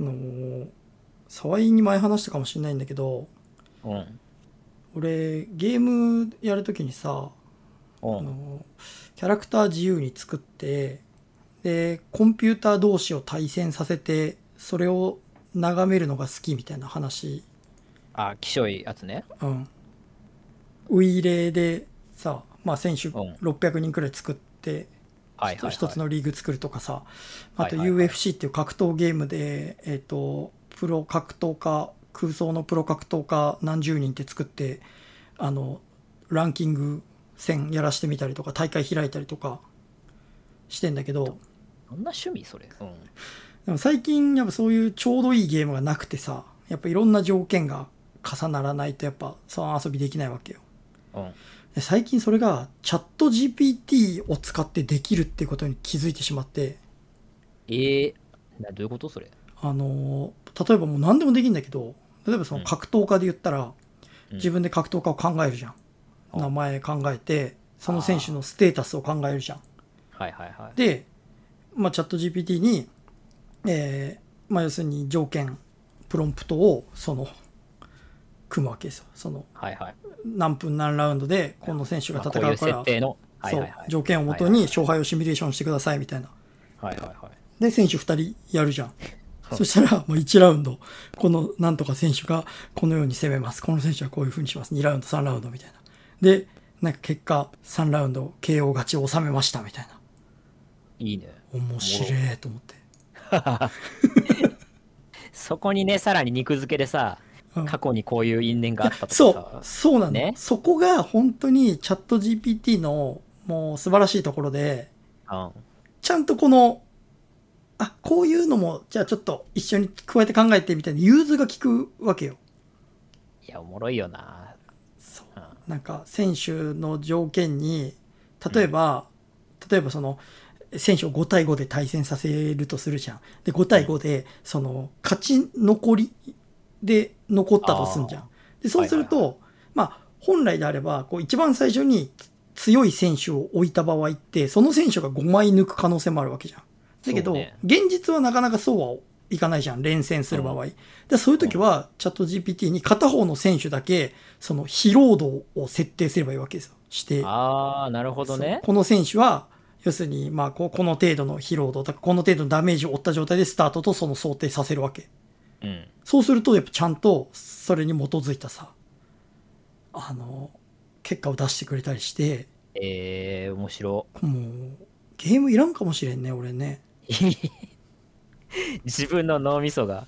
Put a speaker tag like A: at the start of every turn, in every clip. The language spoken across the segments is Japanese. A: あのー沢井に前話したかもしれないんだけど
B: うん。
A: 俺ゲームやるときにさ、
B: う
A: あ
B: ん。
A: のーキャラクター自由に作ってでコンピューター同士を対戦させてそれを眺めるのが好きみたいな話
B: あ、きしょいやつね。
A: うんウイレーでさ、まあ、選手
B: うん
A: 600人くらい作って
B: はいはい、はい。
A: 一つのリーグ作るとかさあと
B: はいはいはい
A: UFC っていう格闘ゲームで、えっとプロ格闘家空想のプロ格闘家何十人って作ってあのランキング戦やらしてみたりとか大会開いたりとかしてんだけど
B: どんな趣味それ。うん。
A: でも最近やっぱそういうちょうどいいゲームがなくてさやっぱいろんな条件が重ならないとやっぱその遊びできないわけよ。
B: うん。
A: で最近それがチャット GPT を使ってできるっていうことに気づいてしまって。
B: えー、などういうことそれ。
A: あの例えばもう何でもできるんだけど例えばその格闘家で言ったら、
B: うん
A: 自分で格闘家を考えるじゃん、
B: あ
A: 名前考えてその選手のステータスを考えるじゃん
B: はいはいはい。
A: で、まあ、チャット GPT に、えーまあ、要するに条件プロンプトをその組むわけですよその
B: はいはい。
A: 何分何ラウンドでこの選手が
B: まあ
A: 戦
B: こういう
A: うから、
B: 設定の。はいはいは
A: そう
B: い。
A: 条件をもとに勝敗をシミュレーションしてくださいみたいな
B: はいはいはい。
A: で、選手2人やるじゃん。
B: い
A: そしたら、もう1ラウンド、このなんとか選手がこのように攻めます。この選手はこういう風にします。2ラウンド、3ラウンドみたいな。で、なんか結果、3ラウンド、KO 勝ちを収めましたみたいな。
B: いいね。
A: 面白いと思って。
B: そこにね、さらに肉付けでさ、
A: うん
B: 過去にこういう因縁があったとかさ。
A: そう、そうなんだ、
B: ね
A: そこが本当にチャット GPT のもう素晴らしいところで、
B: うん。
A: ちゃんとこの、あ、こういうのも、じゃあちょっと一緒に加えて考えてみたいな融通が効くわけよ。
B: いや、おもろいよな。
A: そう
B: うん。
A: なんか選手の条件に例えば、例えばその選手を5対5で対戦させるとするじゃんで5対5でその勝ち残りで残ったとすんじゃんでそうすると、
B: は
A: まあ本来であればこう一番最初に強い選手を置いた場合ってその選手が5枚抜く可能性もあるわけじゃんだけど、
B: そうね
A: 現実はなかなかそうはいかないじゃん連戦する場合、でそういう時は、チャット GPT に片方の選手だけ、その疲労度を設定すればいいわけですよ。して、
B: ああ、なるほど
A: そう。
B: ね
A: この選手は、要するに、まあこう、この程度の疲労度とか、この程度のダメージを負った状態でスタートとその想定させるわけ。
B: うん。
A: そうすると、やっぱちゃんと、それに基づいたさ、あの、結果を出してくれたりして、
B: ええー、面白。
A: もう、ゲームいらんかもしれんね、俺ね。
B: 自分の脳みそが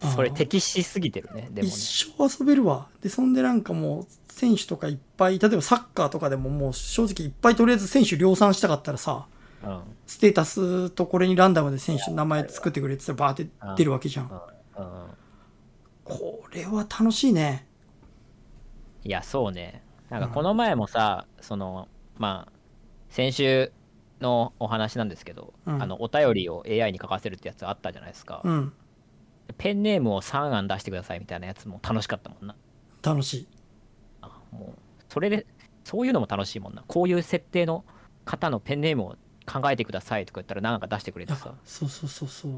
A: あー
B: それ適しすぎてるねでもね
A: 一生遊べるわ。で、そんでなんかもう、選手とかいっぱい、例えばサッカーとかでももう正直いっぱいとりあえず選手量産したかったらさ、
B: うんうん
A: ステータスとこれにランダムで選手の名前作ってくれって言ったらバーって出るわけじゃん。
B: うん
A: これは楽しいね。
B: いやそうねなんかこの前もさ、そのまあ先週のお話なんですけど、
A: うん
B: あのお便りを AI に書かせるってやつあったじゃないですか、
A: うん。
B: ペンネームを3案出してくださいみたいなやつも楽しかったもんな
A: 楽しい。
B: あもうそれでそういうのも楽しいもんなこういう設定の方のペンネームを考えてくださいとか言ったら何か出してくれ
A: い
B: て
A: や
B: さ
A: そうそうそうそう。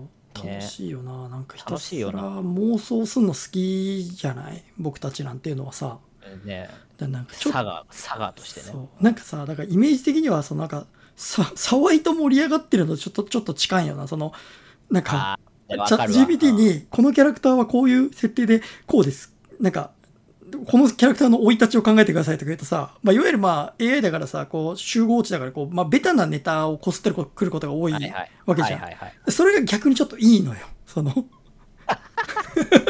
B: ね
A: 楽しいよな。なんかひた
B: 楽し
A: す
B: い
A: ら
B: よな
A: 妄想するの好きじゃない僕たちなんていうのはさ。だ
B: ね
A: からなんかちょっと
B: 佐賀佐賀としてね
A: そうなんかさだからイメージ的にはそのなんかさ沢井と盛り上がってるのちょっとちょっと近いよなそのなんか
B: あ
A: チ
B: ー
A: ャ
B: わ
A: ッ
B: か
A: ト
B: るわ
A: GPT にこのキャラクターはこういう設定でこうですなんかこのキャラクターの生い立ちを考えてくださいとか言うとさ、まあ、いわゆるまあ AI だからさこう集合値だからこう、まあ、ベタなネタをこすってるこ来ることが多い
B: はいはい
A: わけじゃん、
B: はいはいはい
A: それが逆にちょっといいのよそ の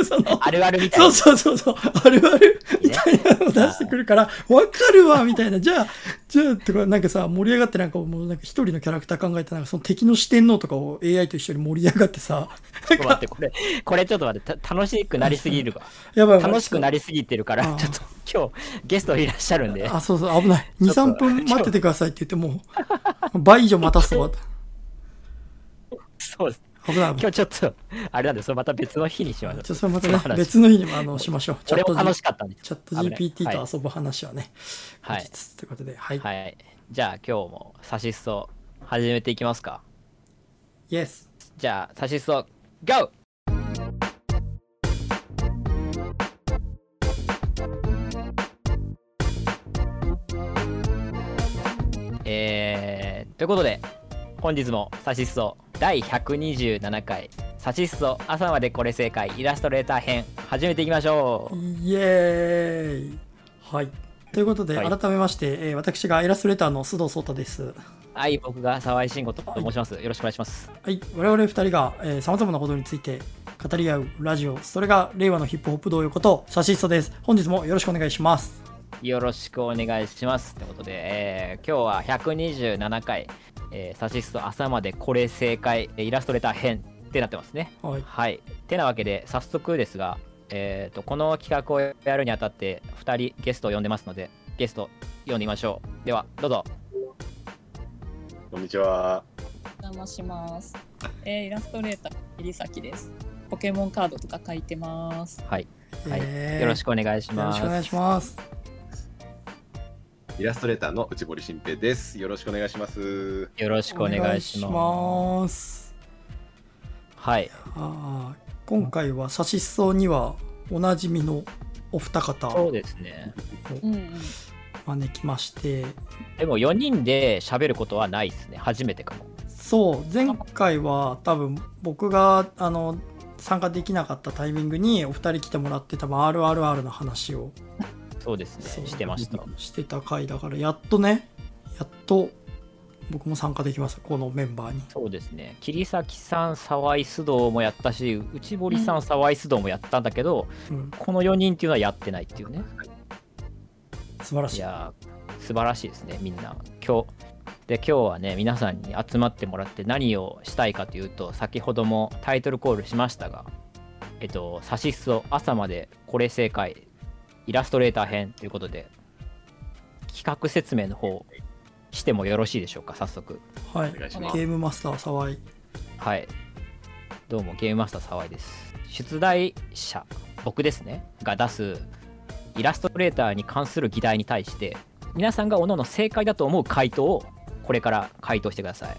A: その
B: あるあるみたい
A: そ
B: な
A: うそうそうそう、あるあるみたいなのを出してくるから、わかるわみたいな、じゃあ、じゃあ、とか、なんかさ、盛り上がってなんかもう、なんか一人のキャラクター考えて、なんかその敵の四天王とかを AI と一緒に盛り上がって さ、
B: ちょっと待ってこれこれちょっと待ってた楽しくなりすぎるわ
A: やばいやばい
B: 楽しくなりすぎてるから
A: あー
B: ちょっと今日ゲストいらっしゃるんで
A: あ、そうそう、危ない。2、
B: ちょっと
A: 3分待っててくださいって言って、もう、倍以上待たすとか、
B: そうです
A: 危ない危な
B: 今
A: い。
B: 日ちょっとあれなんでそれまた別の日にしましょう
A: ちょそれまた
B: その
A: ね、
B: 話
A: 別の日にもあのしましょう。チャ
B: 俺
A: ッ
B: も
A: ト
B: 楽
A: G-
B: しかったんです
A: チャット GPT と遊ぶ話はね、
B: はい
A: 後日ということで、はい。
B: はいじゃあ今日もサシスト始めていきますか
A: イエス。
B: じゃあサシスト GO! いうことで、本日もサシスソ第127回、サシスソ朝までこれ正解イラストレーター編、始めていきましょう。
A: イエーイはい。ということで、
B: はい
A: 改めまして、えー私がイラストレーターの須藤聡太です。
B: はい、僕が沢井慎吾と申します。よろしくお願いします。
A: はい、我々二人が、えー、様々なことについて語り合うラジオ、それが令和のヒップホップ同様こと、サシストです。本日もよろしくお願いします。
B: よろしくお願いします。ということで、えー今日は127回、えーサシスト朝までこれ正解、イラストレーター編ってなってますね。
A: はい。
B: はい。てなわけで、早速ですが、えーと、この企画をやるにあたって、2人ゲストを呼んでますので、ゲスト呼んでみましょう。では、どうぞ。
C: こんにちは。
D: お邪魔します。えーイラストレーター入崎です。ポケモンカードとか書いてます。
B: はい。はい
A: えー
B: よろしくお願いし
A: よろ
B: ま
A: し
B: す。
A: くお願いします。
C: イラストレーターの内堀新平です。よろしくお願いします。
B: よろしくお願いしま
A: お
B: す。
A: 願いします
B: はい。
A: あー今回はサシストにはおなじみのお二方
B: そう
A: を
B: ですね。
D: うんうん。
A: 招きまして、
B: でも、4人で喋ることはないですね。初めてかも。
A: そう前回は多分僕があの参加できなかったタイミングにお二人来てもらって多分 RRR の話を
B: そうです
A: そう
B: ね。してました。
A: してた回だからやっとねやっと僕も参加できますこのメンバーに
B: そうですね桐崎さん沢井須藤もやったし内堀さ
D: うん
B: ん沢井須藤もやったんだけど、
A: うん
B: この4人っていうのはやってないっていうね
A: 素晴らし
B: い
A: い
B: やー素晴らしいですねみんな今日で今日はね皆さんに集まってもらって何をしたいかというと先ほどもタイトルコールしましたがえっと「サシスを朝までこれ正解イラストレーター編」ということで企画説明の方してもよろしいでしょうか早速
A: はい
C: お願いします。
A: ゲームマスター沢井
B: はい。どうも、ゲームマスター沢井です。出題者、僕ですね、が出すイラストレーターに関する議題に対して、皆さんがおのの正解だと思う回答を、これから回答してください。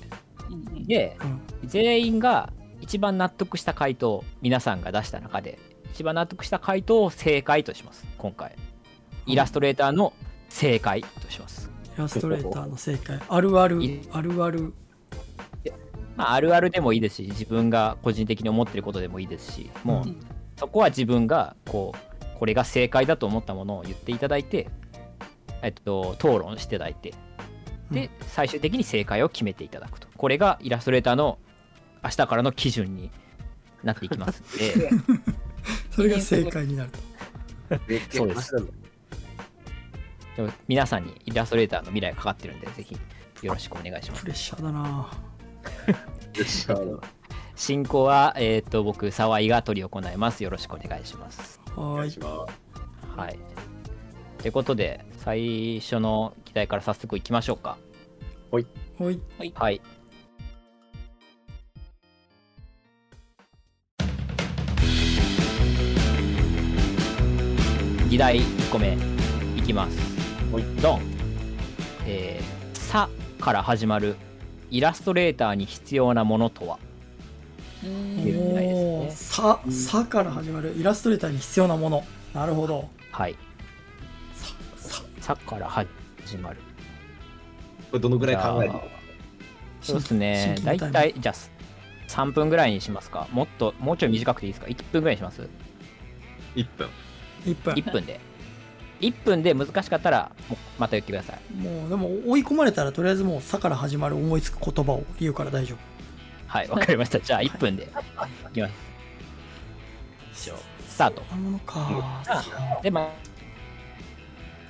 D: うんうん
B: で、
A: うん
B: 全員が一番納得した回答、皆さんが出した中で、一番納得した回答を正解とします、今回。イラストレーターの正解とします。
A: イラストレーターの正解あるある
B: い
A: あるある
B: まあ、あるあるでもいいですし、自分が個人的に思ってることでもいいですし、もう、
D: うん
B: そこは自分がこうこれが正解だと思ったものを言っていただいて、えっと、討論していただいてで、
A: うん
B: 最終的に正解を決めていただくとこれがイラストレーターの明日からの基準になっていき ますので
A: それが正解になる
C: で
B: そうです。でも皆さんにイラストレーターの未来がかかってるんでぜひよろしくお願いします
A: プレッシャーだな
C: よっしゃ
B: 進行は、えっと僕沢井が執り行いますよろしくお願いします
C: お
A: は
C: 願い
A: い
C: します。
B: はいということで最初の議題から早速いきましょうか
A: ほい
B: はい。議題1個目いきます。
C: はい
B: ドン。えー、さから始まるイラストレーターに必要なものとは
D: う
A: お
D: ん
B: いうぐらい
A: ー
B: です
A: ささから始まるイラストレーターに必要なものなるほど
B: はい。
A: ささ
B: さから始まる。
C: これどのぐらい考えて
B: じゃあそうですね。
A: 新
B: 大
A: 規新規タイ
B: 体、じゃあ3分ぐらいにしますか。もっと、もうちょい短くていいですか ?1 分ぐらいにします
C: 一分。
A: 1分
B: ?1 分で。1分で難しかったら、もうまた言ってください。
A: もうでも追い込まれたらとりあえずもう「さ」から始まる思いつく言葉を言うから大丈
B: はい、わかり ました。じゃあ、1分で。いきます。
A: 夫
B: スタート。
A: なものか
B: で、ま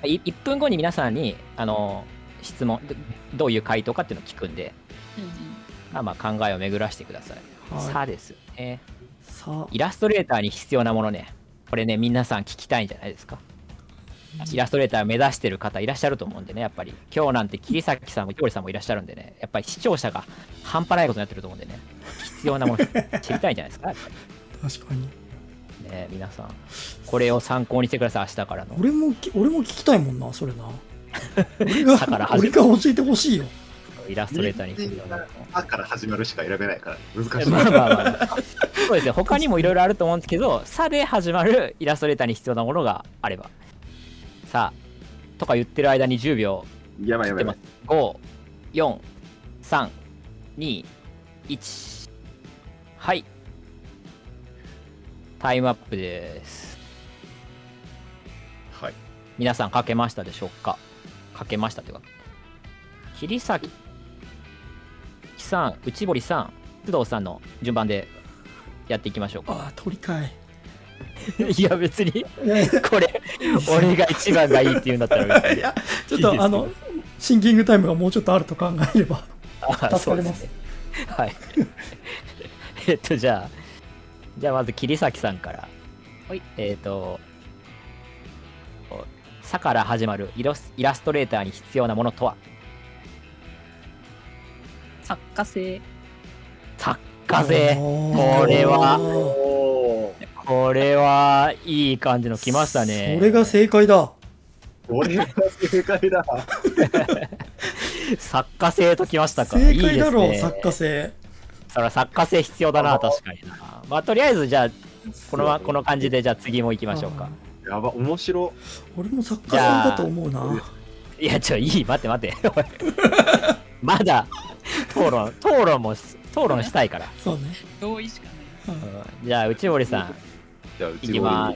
B: あ、い1分後に皆さんに、あの、質問、どどういう回答かっていうのを聞くんで、まあ、まあ考えを巡らしてください。
A: はい
B: さあですよね。
A: さ
B: イラストレーターに必要なものね。これね、皆さん聞きたいんじゃないですか。イラストレーターを目指してる方いらっしゃると思うんでね、やっぱり。今日なんて、桐崎さんも、京里さんもいらっしゃるんでね、やっぱり視聴者が半端ないことになってると思うんでね、必要なもの知りたいんじゃないですか。
A: 確かに
B: ね皆さんこれを参考にしてください明日からの
A: 俺もき俺も聞きたいもんなそれな俺が
B: さから始
A: 俺
B: め
A: が教えてほしいよ
B: イラストレーターに必要な
C: あから始まるしか選べないから難しい。
B: まあまあまあそうですね他にもいろいろあると思うんですけど「さ」で始まるイラストレーターに必要なものがあれば「さ」とか言ってる間に10秒
C: やばいやばいやばい。
B: 543 321はいタイムアップです
C: はい。
B: 皆さん書けましたでしょうか書けましたというか桐崎さん内堀さん工藤さんの順番でやっていきましょう か
A: ああ、鳥かい。
B: いや別に
A: ね
B: これ 俺が一番がいいって言うんだったら別
A: い
B: に
A: や、ちょっ
B: いいです
A: と
B: よ
A: あの、シンキングタイムがもうちょっとあると考えれば
B: あ
A: 助
B: そ
A: か
B: う
A: り
B: です
A: ま
B: ね
A: す。
B: はい。えっと、じゃあ、じゃあまず、桐崎さんから。
D: はい
B: えっ、と、さから始まるイラスイラストレーターに必要なものとは
D: 作家性
B: 作家性。こ
A: こ
B: れは
C: おお。
B: これは、いい感じの来ましたね。
A: それが正解だ。
C: これが正解だ。
B: 作家性と来ましたか。
A: 正解だろ、
B: いいうですね
A: 作家性。
B: それは作家性必要だな、確かにな。まあ、とりあえず、じゃあ、このまこの感じで、じゃあ次も行きましょうか。
C: やば、面白。
A: 俺も作家さんだと思う
C: じゃ
A: な。
B: いや、ちょ、いい、待って待 って。おいまだ、討論、討論もし、討論したい から。
A: そうね。
D: 同意しかない
B: うんじゃあ、内堀さん、
C: じゃあ、う
B: いきま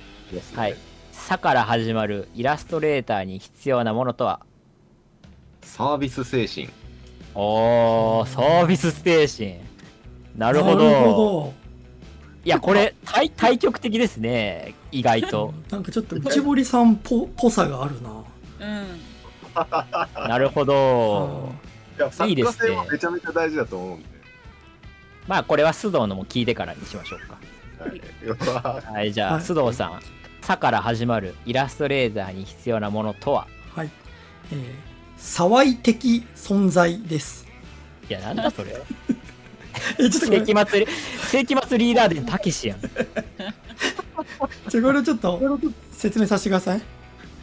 B: はい。。さから始まるイラストレーターに必要なものとは
C: サービス精神。
B: おー、サービス精神。な
A: な
B: るほど。
A: るほ
B: いや、これ、対、対極的ですね。意外 と。
A: ど。なんかちょっと内堀さんぽぽさがあるな。
D: うん
B: なるほど。
C: いや、作
B: いいで
C: 家
B: す
C: 性
B: ね
C: はめちゃめちゃ大事だと思うんで。
B: まあ、これは須藤のも聞いてからにしましょうか。
C: はい
B: はい、じゃあ、
A: はい
B: 須藤さん。さから始まるイラストレーターに必要なものとは
A: はい。えー、沢井的存在です。
B: いや、なん だそれ。
A: え、ちょっとこ
B: 世
A: れ、ち
B: 紀末リ、世紀末リーダーでたけしやん。
A: ょこれちょっと説明させてください。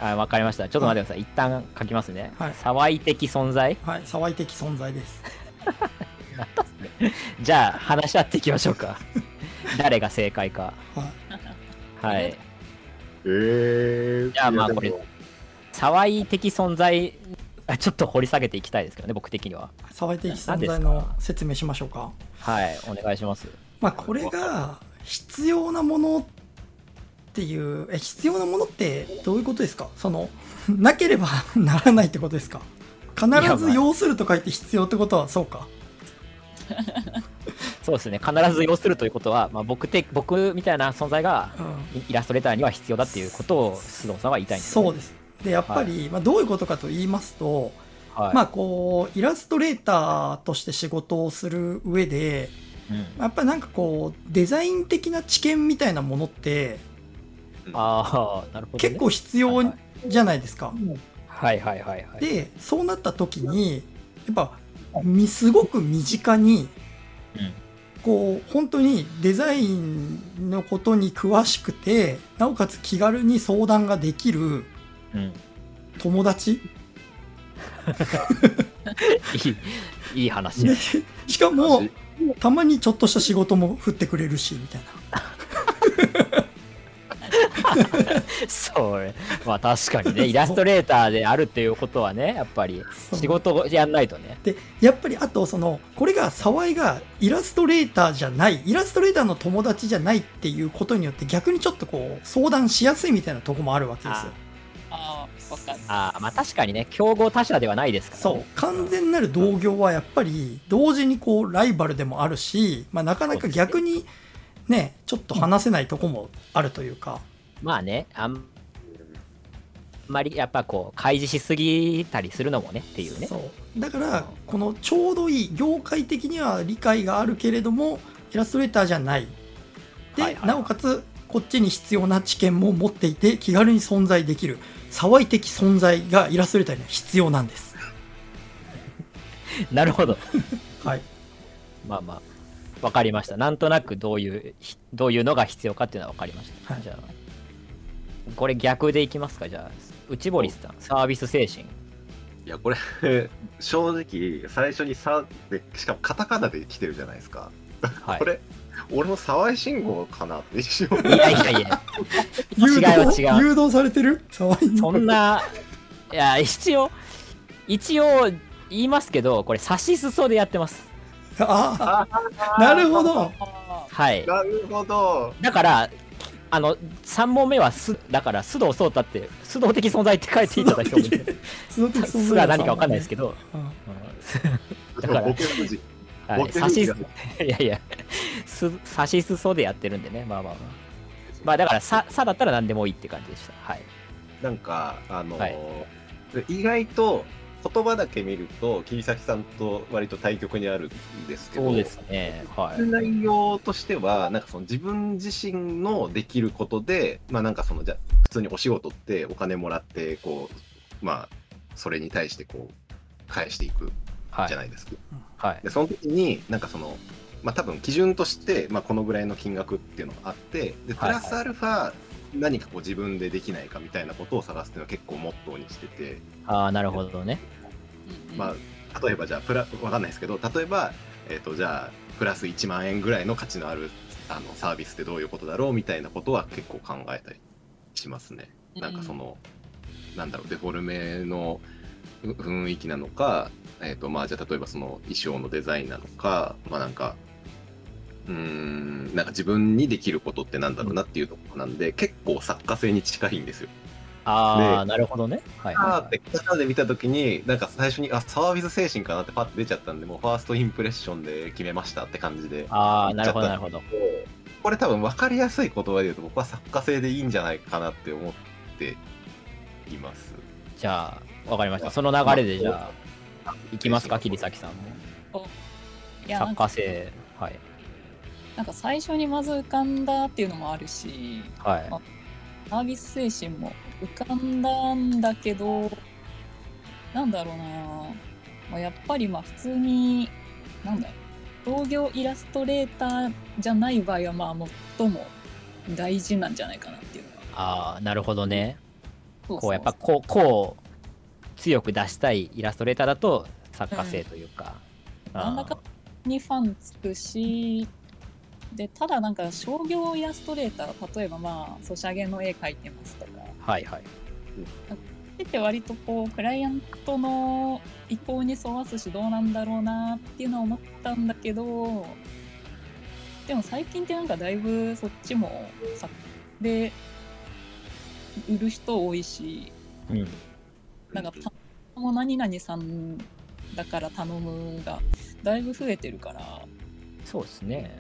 B: あ、わかりました。ちょっと待ってください。一旦書きますね。
A: はい
B: 騒い的存在。
A: はい、沢井的存在です。
B: じゃあ、話し合っていきましょ うか。誰が正解か。
A: はい。
B: はい。
C: えー。
B: じゃあまあ
C: いや
B: これ
C: でも
B: 騒い的存在、あちょっと掘り下げていきたいですけどね、僕的には。
A: 沢井的存在の説明しましょうか。
B: はい、お願いします。
A: まあ、これが必要なものっていう、え、必要なものってどういうことですかその、 なければならないってことですか必
B: やまあ
A: ず要すると書いて必要ってことはそうか。
B: そうですね、必ず要するということは、まあ、僕的僕みたいな存在が
A: うん。
B: イイラストレーターには必要だっていうことを須藤さんは言いたいんです、
A: そうです。で、やっぱり、まあ、どういうことかと言いますと、
B: はい、
A: まあ、こう、イラストレーターとして仕事をする上で、
B: うん
A: やっぱりなんかこう、デザイン的な知見みたいなものって、
B: ああ、なるほど、ね。
A: 結構必要じゃないですか。
B: はいはいはいはい。
A: でそうなった時にやっぱみすごく身近に
B: うん
A: こう本当にデザインのことに詳しくてなおかつ気軽に相談ができる
B: うん
A: 友達
B: いい、 いい話。
A: で しかも
C: マジ
A: たまにちょっとした仕事も振ってくれるしみたいな
B: それまあ確か にねイラストレーターであるっていうことはねやっぱり
A: そう
B: 仕事をやんないとね
A: でやっぱりあとそのこれが沢井がイラストレーターじゃないイラストレーターの友達じゃないっていうことによって逆にちょっとこう相談しやすいみたいなとこもあるわけですよ
B: あ
D: ああわかる
B: あーまあ確かにね競合他社ではないですから、
A: そう
B: ね、
A: 完全なる同業はやっぱり同時にこうライバルでもあるし、まあ、なかなか逆にねちょっと話せないとこもあるというか、
B: まあねあんあんまりやっぱこう開示しすぎたりするのもねっていうね
A: そうだからこのちょうどいい業界的には理解があるけれどもイラストレーターじゃないで、
B: はいはいはい
A: なおかつこっちに必要な知見も持っていて気軽に存在できる騒い的存在がイラストレーターには必要なんです
B: なるほど
A: はい
B: まあまあわかりましたなんとなくどういうひどういうのが必要かっていうのはわかりました、
A: はい
B: じゃあこれ逆でいきますかじゃあ内堀さんサービス精神
C: いやこれ 正直最初に「さ」でしかもカタカナで来てるじゃないですか、
B: はい
C: これ俺の沢井信号かなって一応
B: いやいやいや
A: 誘導
B: 違う違う
A: 誘導されてる騒い
B: そんな、いや、一応、一応、言いますけど、これ、差し裾でやってます。
A: ああ、
C: あ
A: なるほど。
D: あ
B: はい。
C: なるほど。
B: だから、あの、3問目はす、だから、須藤壮太って、須藤的存在って書いていただいてもいいです。
A: その時その時
B: すが何かわかんないですけど、
A: うん
B: だから
C: ボケ筋。
B: はい
C: ボケ
B: 差し
C: 筋
B: す
C: が
B: いやいや、す差し裾でやってるんでね、まあまあまあ。まあだから、さ、さだったら何でもいいって感じでした。はい。
C: なんか、あのー
B: はい
C: 意外と言葉だけ見ると、桐崎さんと割と対局にあるんですけど、
B: そうですね。はい。
C: 内容としては、なんかその自分自身のできることで、まあなんかその、じゃ普通にお仕事ってお金もらって、こう、まあ、それに対してこう、返していく
B: は
C: じゃ
B: い。
C: ないですか。
B: はい。
C: でその時になんかそのまあ多分基準として、まあ、このぐらいの金額っていうのがあってでプ
B: はいは
C: ラ
B: い
C: スアルファ何かこう自分でできないかみたいなことを探すっていうのは結構モットーにしてて、
B: ああ、なるほどね。
D: ー
C: まあ、例えばじゃあプラわかんないですけど例えば、えっとじゃあプラス1万円ぐらいの価値のあるあのサービスってどういうことだろうみたいなことは結構考えたりしますね。なんかその、なんだろう、デフォルメのう雰囲気なのか、えっ、と、まあ、じゃあ例えばその衣装のデザインなのか、まあなんか、うーん、なんか自分にできることってなんだろうなっていうところなんで、結構作家性に近いんですよ。
B: ああ、なるほどね。はい。
C: あーって、肩で見たときに、なんか最初に、あ、サービス精神かなってパッと出ちゃったんで、もうファーストインプレッションで決めましたって感じで。
B: ああ、なるほど、なるほど。
C: これ多分分かりやすい言葉で言うと、僕は作家性でいいんじゃないかなって思っています。
B: じゃあ、わかりました。その流れで、じゃあ、いきますか、桐崎さんも。
D: いや
B: 作
D: なんか
B: 家性。はい。
D: なんか最初にまず浮かんだっていうのもあるし
B: はい。
D: サービス精神も浮かんだんだけどなんだろうな、まあ、やっぱりまあ普通になんだろう同業イラストレーターじゃない場合はまあ最も大事なんじゃないかなっていうのは
B: ああ、なるほどね。
D: そ
B: こうやっぱ
D: う
B: こうこう強く出したいイラストレーターだと作家性というか、
D: ん
B: あー
D: なんだかにファンつくしでただなんか商業イラストレーター例えばまあソシャゲの絵描いてますとか
B: はいはい
D: でって割とこうクライアントの意向に沿わすしどうなんだろうなっていうのは思ったんだけどでも最近ってなんかだいぶそっちもさで売る人多いし
B: うん
D: なんかたもう何々さんだから頼むがだいぶ増えてるから
B: そうですね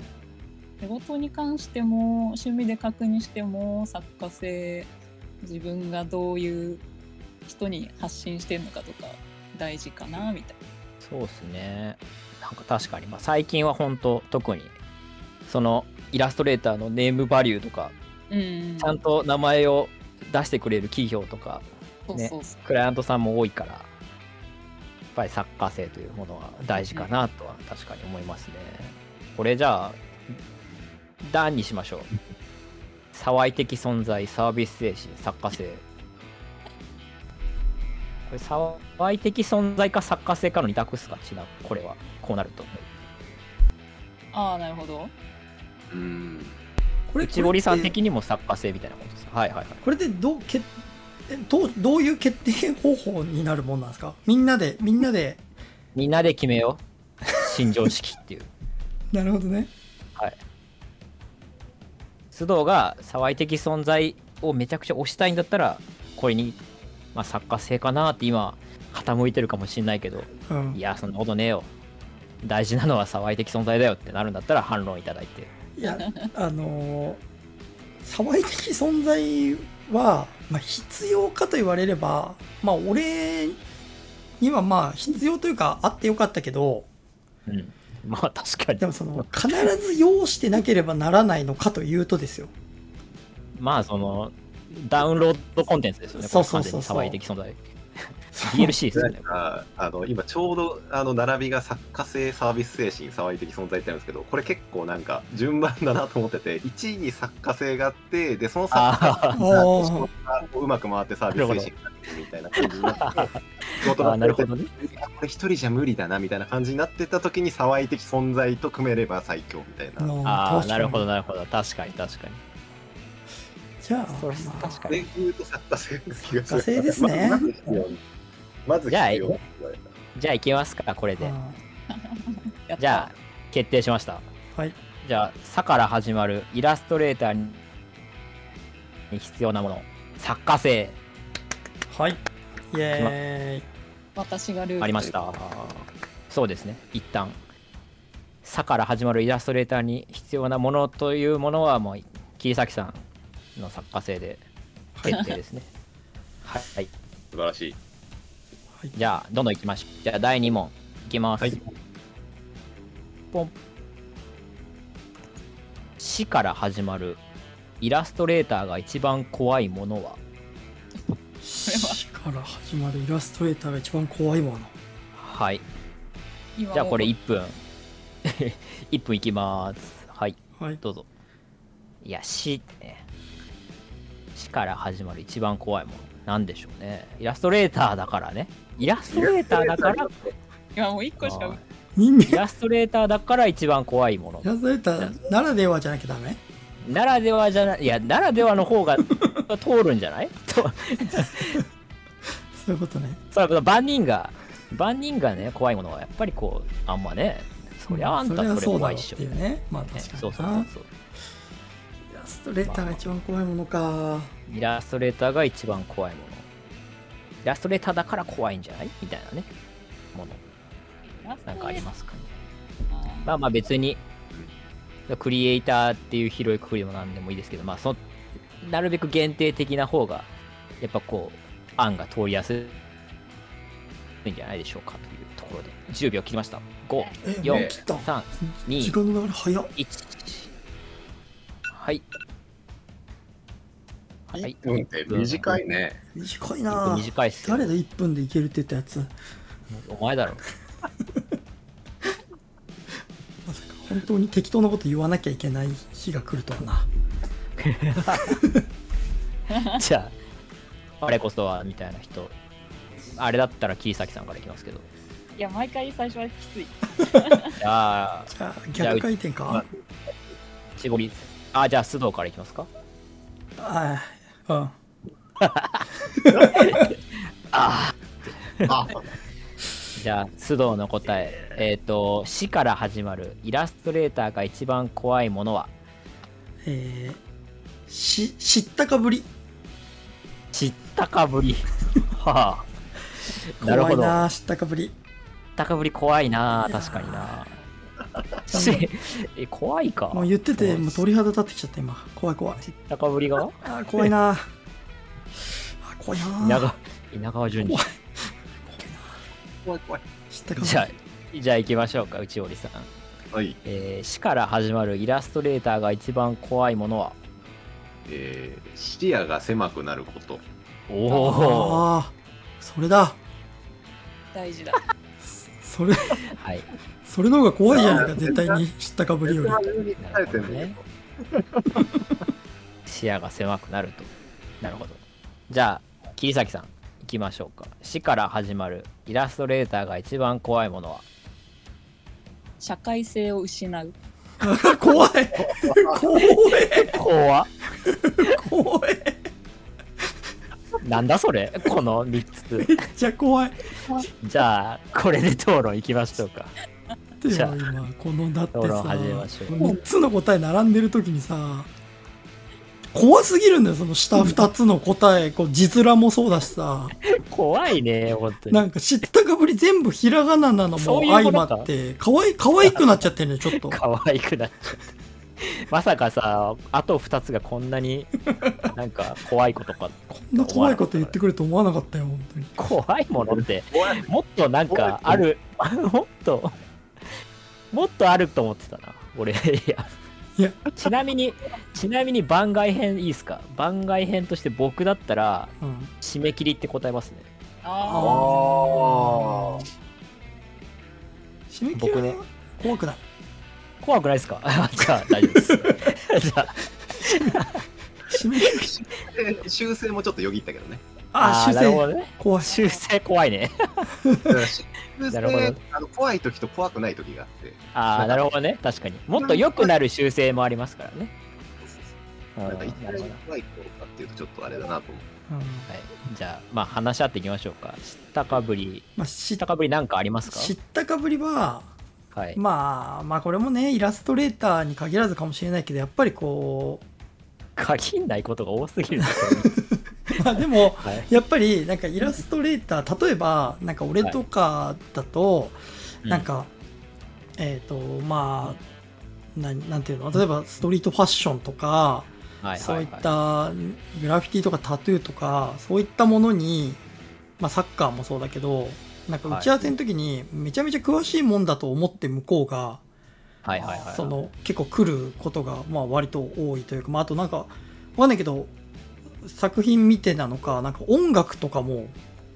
D: 仕事に関しても趣味で確認しても作家性自分がどういう人に発信してるのかとか大事かなみたい
B: そうですねなんか確かに、まあ、最近は本当特にそのイラストレーターのネームバリューとか
D: な。うん
B: ちゃんと名前を出してくれる企業とか
D: そうそうそう
B: クライアントさんも多いからやっぱり作家性というものは大事かなとは確かに思いますね。これじゃあ段にしましょう。騒い的存在サービス精神作家性。これ騒い的存在か作家性かの二択っすか違うこれはこうなると。
D: ああなるほど。
C: うん。
A: こ
B: 内堀さん的
A: に。
B: にも作家性みたいなことですかはいはいはい。
A: これでどうけえどうどういう決定方法になるもんなんですかみんなで、みんなで。
B: みんなで決めよう。新常識っていう。
A: なるほどね。
B: 須藤が騒い的存在をめちゃくちゃ推したいんだったらこれに、まあ、作家性かなって今傾いてるかもしれないけど
A: うん
B: い。やそんなことねえよ大事なのは騒い的存在だよってなるんだったら反論いただいて
A: いや、あのー騒い的存在は、まあ、必要かと言われれば、まあ、俺にはまあ、必要というか、あってよかったけど、
B: うん まあ確かに
A: でもその、必ず要してなければならないのかというとですよ。
B: まあそのダウンロードコンテンツですよね
A: そうそうそうそう
B: これ完全に騒い的存在
A: その
B: DLC です
C: な
B: よ
C: ん
B: ね
C: か、あの、今ちょうど、あの、並びが作家性、サービス精神、騒い的存在ってあるんですけど、これ結構なんか、順番だなと思ってて、1位に作家性があって、で、その作家
B: あ
A: あー
C: がうまく回ってサービス精神になってるみたいな感じになって、仕
B: あ
C: 事
B: ああ
C: が
B: なる
C: 増
B: ほ
C: えて
B: どね
C: あこれ一人じゃ無理だなみたいな感じになってた時に騒い的存在と組めれば最強みたいな。
B: ああなるほ。ど
A: うん確かに
B: なるほど確かに確かに
A: じゃあ、
B: それ
A: まあ
B: 確か
C: で
B: に
C: 言うと作家性の気がする
A: 作家性ですね
C: まず必要まず
B: じゃあ
C: 必要
B: じゃあ行きますか、これで。
A: は
D: やった
B: じゃあ、決定しました。
A: いはい。
B: じゃあ、さから始まるイラストレーターに必要なもの。作家性
A: はい。イエーイ。
D: 私がルール
B: ありました。そうですね、一旦。さから始まるイラストレーターに必要なものというものは、もう、桐崎さんの作家性で決定ですね。はい。はい
C: 素晴らしい。
B: じゃあ、どんどんいきましょう。じゃあ、第2問いきます。
C: はい
B: ポン。死から始まるイラストレーターが一番怖いものは
A: 死から始まるイラストレーターが一番怖いもの。
B: はい。
D: 今
B: じゃあ、これ1分。1分いきます。はい、
A: はい。
B: どうぞ。いや、死ね。死から始まる一番怖いもの。なんでしょうね。イラストレーターだからね。イラストレーターだから。
D: 今もう1個しか
B: はい
A: 人
B: イ
A: 間、
B: ラストレーターだから一番怖いもの
A: イ。ラストレーターならではじゃなきゃダメ
B: ならではじゃない、いや、ならではの方が通るんじゃないと、
A: そういうことね。
B: それ万人が、万人がね、怖いものはやっぱりこう、あんまね、そりゃあんたそれ
A: そりゃそうだ
B: 怖
A: ろ
B: いうっ
A: って
B: しょ。
A: いう
B: ね
A: ね。まあ確か
B: そうそう
A: に
B: そう
A: な。
B: そう。
A: イラストレーターが一番怖いものか。
B: イラストレーターが一番怖いもの。イラストレーターだから怖いんじゃないみたいなね、もの。なんかありますかね。まあまあ別に、クリエイターっていう広いくくりも何でもいいですけど、まあそ、なるべく限定的な方が、やっぱこう、案が通りやすいんじゃないでしょうかというところで、10秒切りました。
A: え、、
B: 5
A: もう
B: 4
A: 切った。、
B: 3、
A: 時
B: 2、
A: 間の流れ早っ。
B: 1。はい。はい
C: 1。分って短いね。
A: 短い
B: ちょっと
A: な
B: 短いっすよ
A: 誰。だ1分でいけるって言ったやつ。ま
B: お前だろ。
A: さか本当に適当なこと言わなきゃいけない日が来るとはな。
B: じゃあ、あれこそは、みたいな人。あれだったら、桐崎さんからいきますけど。
D: いや毎回最初はきつい
B: じゃあ、
A: じゃあ逆回転か。
B: しぼり。あ、じゃあ、須藤からいきますか。
A: ああ、うん。
C: あ、
B: じゃあ、須藤の答え。えっ、と、死から始まるイラストレーターが一番怖いものは、
A: えー、し、知ったかぶり。
B: 知ったかぶり。 はあ。なる
A: 怖い
B: ほど。知っ
A: な知ったかぶり。
B: たかぶり怖いない
A: やー
B: 確かになしえ、怖いか。
A: もう
B: 知っ
A: 言ってて、もう鳥肌立ってきちゃった今。怖い怖い。
B: たかぶりが
A: あー怖いなあー怖い
B: 稲
A: なあ
B: 川、稲川淳二。
C: 怖い怖い。
A: 知ったかぶり
B: じ。ゃあ、じゃあ行きましょうか、内堀さん。
C: はい。
B: えー死から始まるイラストレーターが一番怖いものは
C: えー、視野が狭くなること。
B: おお
A: ああ、それだ。
D: 大事だ
A: それ、
B: はい
A: それの方が怖いじゃないか、絶対に知ったかぶりより。
B: なるほどね視野が狭くなるとなるほどじゃあ桐崎さん行きましょうか死から始まるイラストレーターが一番怖いものは
D: 社会性を失う
A: 怖い怖い
B: 怖っ
A: 怖い
B: なんだそれこの3つ
A: めっちゃ怖い。
B: じゃあこれで討論行きましょうか
A: で
B: じゃ
A: も
B: あ
A: 今、このだって
B: 討論
A: さ、
B: 始めましょう
A: 3つの答え並んでる時にさ、怖すぎるんだよ、その下2つの答え、こう字面もそうだしさ。
B: 怖いね本当
A: な
B: に
A: んか知ったかぶり全部ひらがななのも
B: そういう
A: 相
B: ことか
A: まって、かわい、かわいくなっちゃってるね、ちょ っと。
B: 可愛くなっちゃったまさかさあと2つがこんなになんか怖いことか
A: こんな怖いこと言ってくると思わなかったよ、本当に。
B: 怖いものって
C: 怖い。
B: もっとなんかある もっともっとあると思ってたな俺いや
A: いや
B: ちなみにちなみに番外編いいですか番外編として僕だったら
A: うん。
B: 締め切りって答えますね
D: あ
A: あ
C: あ
A: あ。締め切
B: 僕
A: り
B: ね
A: は怖くない。
B: 怖くないですか じゃあ大丈夫です じゃあ
A: 締め切 り。
C: で修正もちょっとよぎったけどね。
A: あ、
B: ー
A: 修
B: なるほ
A: 正。
B: どね
A: 怖い。
B: 修正怖いね
C: だから修
B: なるほ
C: 正
B: ど
C: あの怖い時と怖くない時があって。
B: ああなるほどね確かにもっと良くなる修正もありますからね
C: なんか
B: うん
C: 一回怖いとかっていうとちょっとあれだなと思って
A: うん
B: はい、じゃあ、まあ、話し合っていきましょうか。知ったかぶり。
A: まあ、知
B: 知
A: っ
B: ったかぶりなんかありますか
A: 知ったかぶりは、
B: はい。
A: まあ、まあこれもねイラストレーターに限らずかもしれないけどやっぱりこ
B: 限んないことが多すぎるな、こ
A: うまあでも
B: れはい。
A: やっぱりなんかイラストレーター例えばなんか俺とかだと、なんか、えっ、とまあななんていうの例えばストリートファッションとか、
B: うん、はい
A: そういっ
B: はいは
A: たグラフィティとかタトゥーとかそういったものに、まあ、サッカーもそうだけどなんか打ち合わせの時にめちゃめちゃ詳しいもんだと思って向こうが、
B: い。はいはいはい。
A: その結構来ることがまあ割と多いというか、まあ、あとなんかわかんないけど作品見てなのかなんか音楽とかも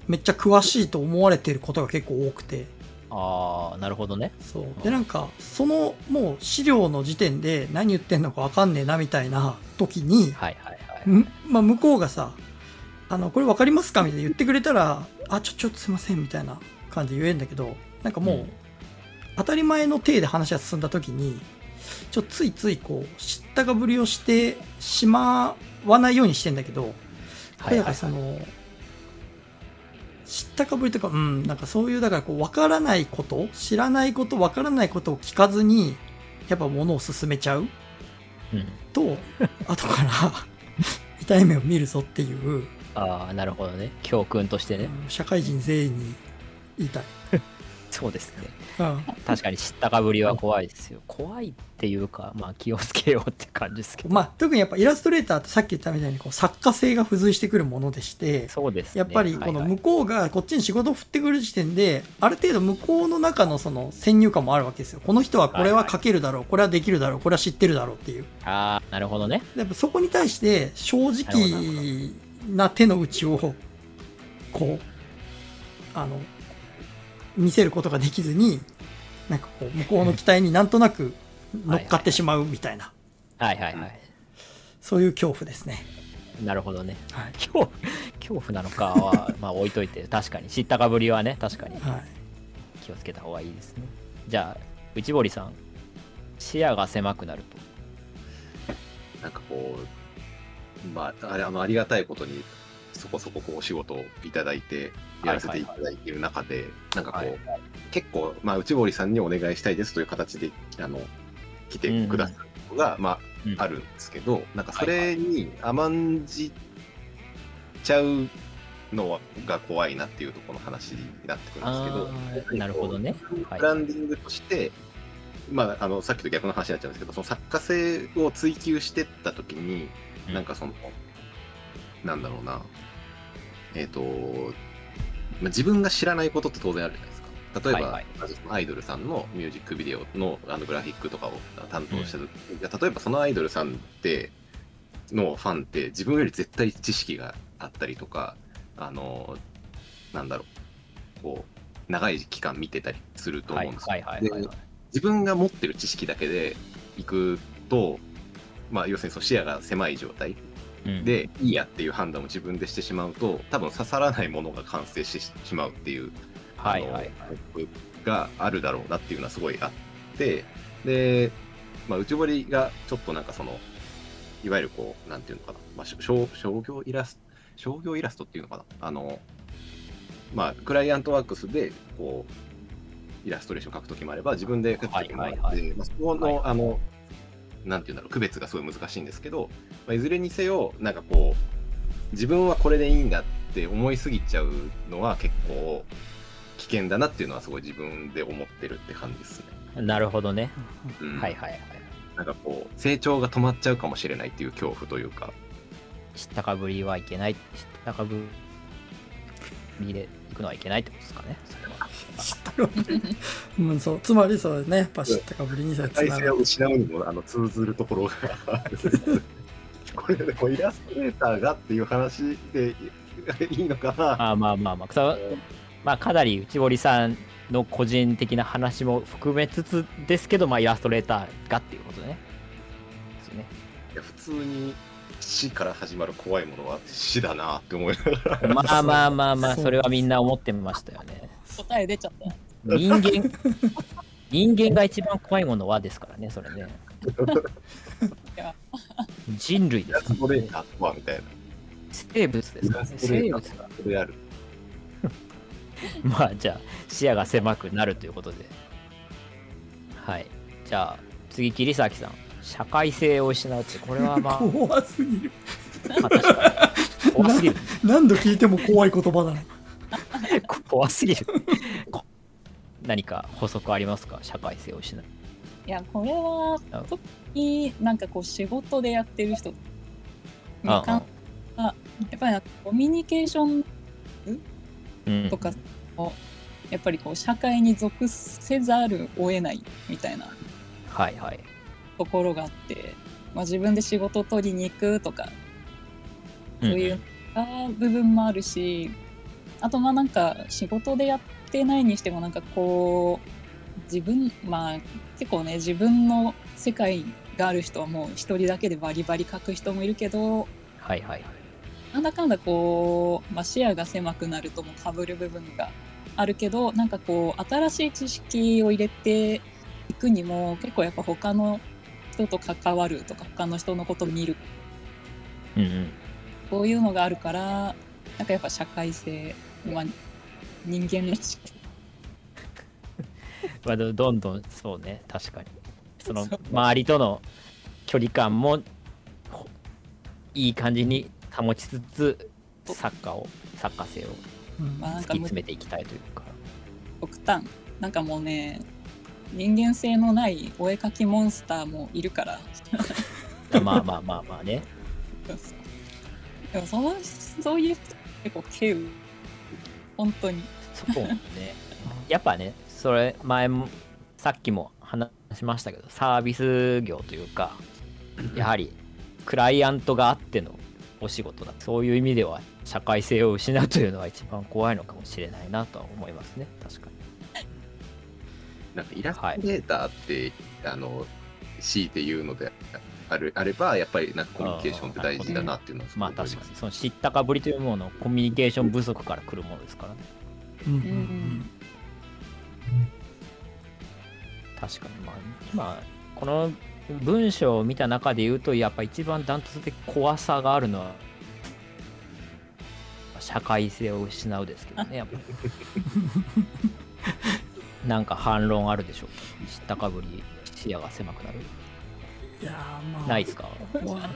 A: めっちゃ詳しいと思われてることが結構多くて。
B: ああ、なるほどね。
A: そうでなんかそのもう資料の時点で何言ってんのかわかんねえなみたいな時に、
B: はいはいはい。
A: んまあ、向こうがさ「あのこれ分かりますか?」みたいな言ってくれたら「あちょちょっとすいません」みたいな感じで言えんだけどなんかもう、
B: うん
A: 当たり前の体で話が進んだ時にちょついついこう知ったかぶりをしてしまわないようにしてんだけどこ
B: は
A: れ
B: い
A: だ
B: は
A: から
B: い
A: そ
B: はい。
A: の、知ったかぶりとかうんなんかそういうだからこう分からないこと知らないこと分からないことを聞かずにやっぱものを進めちゃう
B: うん、
A: と後から 痛い目を見るぞっていう、
B: ああ、なるほどね。教訓としてね。
A: うん社会人全員に言いたい、
B: そうですね。
A: うん、
B: 確かに知ったかぶりは怖いですよ。怖いっていうか、まあ気をつけようって感じですけど。
A: まあ特にやっぱイラストレーターってさっき言ったみたいにこう作家性が付随してくるものでして
B: そうですね。
A: やっぱりこの
B: はいは
A: 向
B: い
A: こうがこっちに仕事を振ってくる時点である程度向こうの中のその先入観もあるわけですよこの人はこれは書けるだろうこれはできるだろうこれは知ってるだろうっていう
B: ああ、なるほどね。
A: やっぱそこに対して正
B: なるほ
A: 直な手の内をこうあの見せることができずになんかこう向こうの期待になんとなく乗っかってしまうみたいな
B: はいはいはい。
A: そういう恐怖ですね。
B: なるほどね。
A: はい
B: 恐怖恐怖なのかは、まあ置いといて、確かに。知ったかぶりはね、確かに
A: はい、
B: 気をつけた方がいいですね。じゃあ、内堀さん、視野が狭くなると。
C: なんかこうまああれあのありがたいことにそこそここうお仕事をいただいてやらせていただいている中で、なんかこう、
B: はい
C: 結構、まあ、内堀さんにお願いしたいですという形であの来てくださることが、まあ、
B: うん
C: あるんですけど、なんかそれに甘んじちゃうのが怖いなっていうところの話になってくるんですけど
B: あーなるほどね。はい
C: ブランディングとして、まあ、あのさっきと逆の話になっちゃうんですけどその作家性を追求してった時に、
B: うん
C: なんかそのなんだろうなえっ、と、まあ、自分が知らないことって当然あるじゃないですか例えば、
B: はい
C: アイドルさんのミュージックビデオのあのグラフィックとかを担当した時、いや例えばそのアイドルさんってのファンって自分より絶対知識があったりとかあのなんだろうこう長い期間見てたりすると
B: は
C: 思う
B: い
C: んですよ
B: はいはいはい
C: で。自分が持ってる知識だけでいくと、まあ、要するにその視野が狭い状態
B: うん、
C: でいいやっていう判断を自分でしてしまうと多分刺さらないものが完成してしまうっていう
B: はいはいはい。
C: あのがあるだろうなっていうのはすごいあってで、まあ、内堀がちょっとなんかそのいわゆるこうなんていうのかな、まあ、しょ商商業イラスト商業イラストっていうのかなあのまあクライアントワークスでこうイラストレーション書くときもあれば自分で書くときもあって、
B: はいはい
C: まあ、そこの、
B: はい
C: あのなんていうんだろう区別がすごい難しいんですけど、まあ、いずれにせよなんかこう自分はこれでいいんだって思いすぎちゃうのは結構危険だなっていうのはすごい自分で思ってるって感じですね。
B: なるほどね。
C: うん
B: はいはいはい。
C: なんかこう成長が止まっちゃうかもしれないっていう恐怖というか
B: 知ったかぶりはいけない。知ったかぶりで行くのはいけないってことですかね。それは
A: 知ったかぶり、うん、そうつまりそうねやっぱ知ったかぶりにさつ
C: 体
A: なが
C: 勢を
A: る
C: 失うにもあの通ずるところがあ るこれでもイラストレーターがっていう話でいいのかな
B: あーまあまあまあ、そうまあ、かなり内堀さんの個人的な話も含めつつですけど、まあ、イラストレーターがっていうことね。ですよね。
C: いや普通に死から始まる怖いものは死だなって思いながら
B: まあまあまあまあ、
A: そう
B: それはみんな思ってましたよね。
D: 答え出ちゃった。
B: 人間、人間が一番怖いものはですからね、それね。人類
C: イ
B: で
C: ラ
B: すか
C: ストレーターとはみたいな。
B: 生物で
C: イ
B: すか
C: ラ
B: ね
C: ストレ
B: 生
C: ータ
B: 物
C: ーとはそれある。
B: まあじゃあ視野が狭くなるということではいじゃあ次桐崎さん社会性を失うってこれはまあ
A: 怖すぎる。
B: まあ確かに怖すぎる
A: 何度聞いても怖い言葉だな。
B: 怖すぎるこ何か補足ありますか社会性を失う
D: いやこれは
B: あ
D: 特になんかこう仕事でやってる人に
B: あ
D: 関やっぱりなんかコミュニケーション
B: うん
D: とかをやっぱりこう社会に属せざるを得ないみたいな
B: はいはい
D: ところがあって、まあ、自分で仕事取りに行くとかそういう部分もあるし、あとまあなんか仕事でやってないにしてもなんかこう自分まあ結構ね自分の世界がある人はもう一人だけでバリバリ書く人もいるけど
B: はいはい
D: なんだかんだこう、まあ、視野が狭くなるともかぶる部分があるけどなんかこう新しい知識を入れていくにも結構やっぱ他の人と関わるとか他の人のことを見る
B: うんうん
D: こういうのがあるからなんかやっぱ社会性、まあ、人間らしく
B: まあ、どどんどんそうね確かにその
D: そう
B: 周りとの距離感もほいい感じに保ちつつサッカーをサッカー性を
A: うん
D: まあ
B: 突き
D: なんかもう
B: 詰めていきたいというか
D: 極端なんかもうね人間性のないお絵描きモンスターもいるから
B: まあまあまあまあね
D: でもそのそういう人結構敬う本当に
B: そうねやっぱねそれ前もさっきも話しましたけどサービス業というかやはりクライアントがあってのお仕事だそういう意味では社会性を失うというのは一番怖いのかもしれないなとは思いますね確かに
C: なんかイラストレーターって、あの強いて言うのであるあればやっぱりなんかコミュニケーションって大事だなっていうのはすご
B: ま
C: い
B: あ
C: 思
B: 確
C: いす
B: かにその知ったかぶりというもののコミュニケーション不足から来るものですからね
A: うんうん
D: う
A: うんん
B: 確かにまあ今この文章を見た中で言うとやっぱ一番ダントツで怖さがあるのは社会性を失うですけどねやっ ぱりなんか反論あるでしょうか知ったかぶり視野が狭くなる
A: いやーまあ
B: ないですか
A: 怖い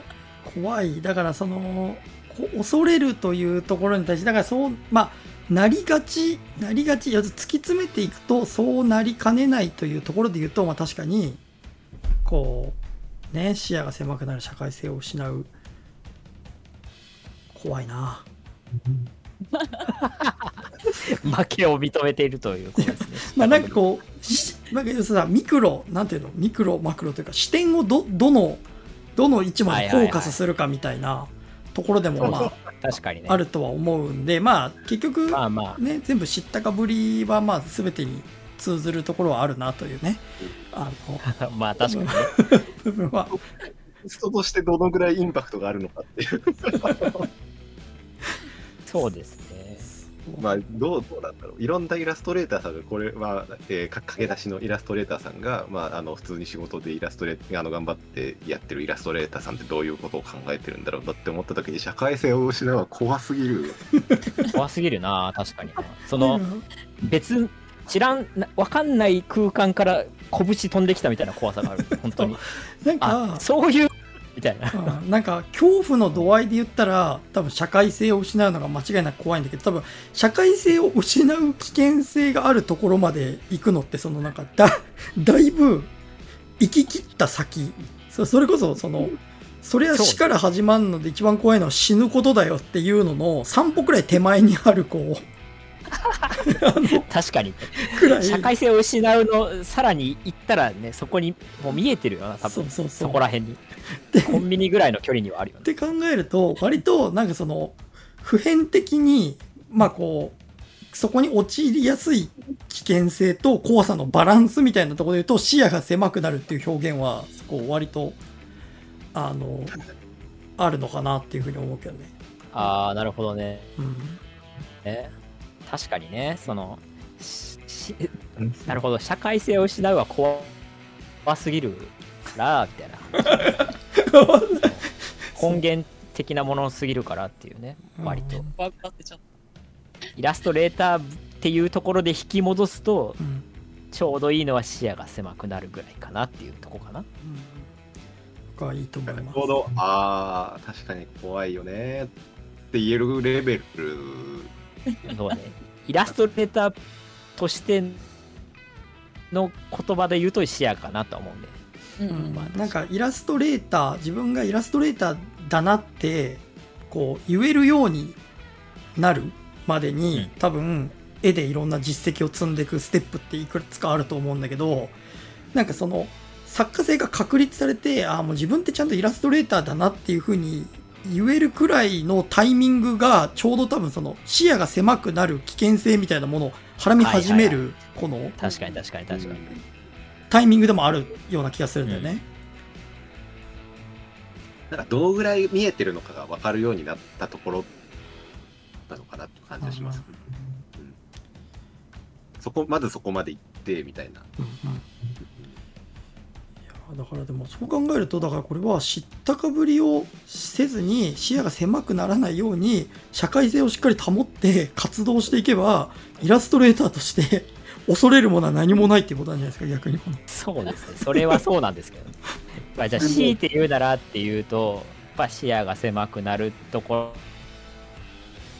A: 怖いだからそのこ恐れるというところに対してだからそうまあなりがちなりがちいや突き詰めていくとそうなりかねないというところで言うと、まあ、確かにこうね視野が狭くなる社会性を失う怖いな
B: 負けを認めているということです ね
A: まあなんかこうしなんか要するにさミクロなんていうのミクロマクロというか視点をどどのどの位置までフォーカスするかみたいなところでもまあ
B: 確かにね
A: あるとは思うんでまあ結局
B: まあまあ
A: ね全部知ったかぶりはまあ全てに通ずるところはあるなというねあの
B: まあ 確かにね
A: 部分は
C: テストとしてどのぐらいインパクトがあるのかっていう
B: そうですね
C: まあどうどうなんだろういろんなイラストレーターさんがこれは、えーか駆け出しのイラストレーターさんが、まあ、あの普通に仕事でイラストレーあの頑張ってやってるイラストレーターさんってどういうことを考えてるんだろうなって思った時に社会性を失うのは怖すぎる
B: 怖すぎるな確かになその別知らんなわかんない空間から拳飛んできたみたいな怖さがある 本当に
A: なん
B: あ
A: か
B: そういうみたいな
A: うんなんか恐怖の度合いで言ったら多分社会性を失うのが間違いなく怖いんだけど多分社会性を失う危険性があるところまで行くのってそのなんかだだいぶ行き切った先そそれこそそのそれは死から始まるので一番怖いのは死ぬことだよっていうのの3歩くらい手前にあるこう
B: 確かに
A: くらい
B: 社会性を失うのさらに行ったらねそこにもう見えてるよな多
A: そ
B: 分
A: うそうそ
B: そうこら辺に
A: で
B: コンビニぐらいの距離にはあるよ
A: って
B: ね
A: 考えると割となんかその普遍的にまあこうそこに陥りやすい危険性と怖さのバランスみたいなところで言うと視野が狭くなるっていう表現はこう割とあのあるのかなっていうふうに思うけどね。
B: ああなるほどね
A: うん、
B: ね確かにねそのししなるほど社会性を失 うは怖怖すぎるからみたいな根源的なものすぎるからっていうね 割と
A: うん
D: バグ立ってちゃっ
B: イラストレーターっていうところで引き戻すと
A: うん
B: ちょうどいいのは視野が狭くなるぐらいかなっていうとこかな
A: 僕はいいと思
C: ないん
A: ま
C: かち
A: す
C: ょうど、ああ、確かに怖いよねって言えるレベル、
B: そうねイラストレーターとしての言葉で言うと視野かなとは思うんで
D: た。うん
A: うん
B: まあ
A: なんかイラストレーター自分がイラストレーターだなってこう言えるようになるまでに、
B: うん
A: 多分絵でいろんな実績を積んでいくステップっていくつかあると思うんだけどなんかその作家性が確立されてああもう自分ってちゃんとイラストレーターだなっていうふうに言えるくらいのタイミングがちょうど多分その視野が狭くなる危険性みたいなものをはらみ始めるこの
B: 確かに確かに確かに、
A: タイミングでもあるような気がするんだよね。
B: うん
C: なんかどのぐらい見えてるのかが分かるようになったところなのかなって感じがします、うんそこまずそこまで行ってみたいな
A: うんいやだからでもそう考えるとだからこれは知ったかぶりをせずに視野が狭くならないように社会性をしっかり保って活動していけばイラストレーターとして 恐れるものは何もないっていうことなんじゃないですか逆にこの
B: そうですねそれはそうなんですけどまあじゃあ強いて言うならっていうとやっぱ視野が狭くなるとこ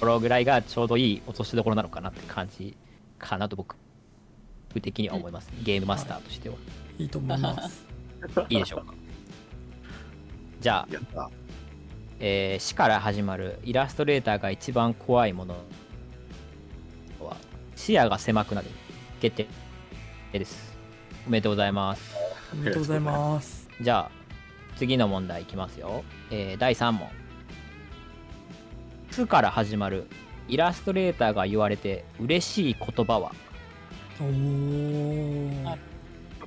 B: ろぐらいがちょうどいい落としどころなのかなって感じかなと僕的には思いますゲームマスターとしては、
A: いいと思います。
B: い、いでしょうかじゃあ
C: やった
B: えー死から始まるイラストレーターが一番怖いものは視野が狭くなる決定ですおめでとうございます
A: ありがとうございます。
B: じゃあ次の問題いきますよ、えー第3問「す」から始まるイラストレーターが言われて嬉しい言葉は
A: おー
D: あ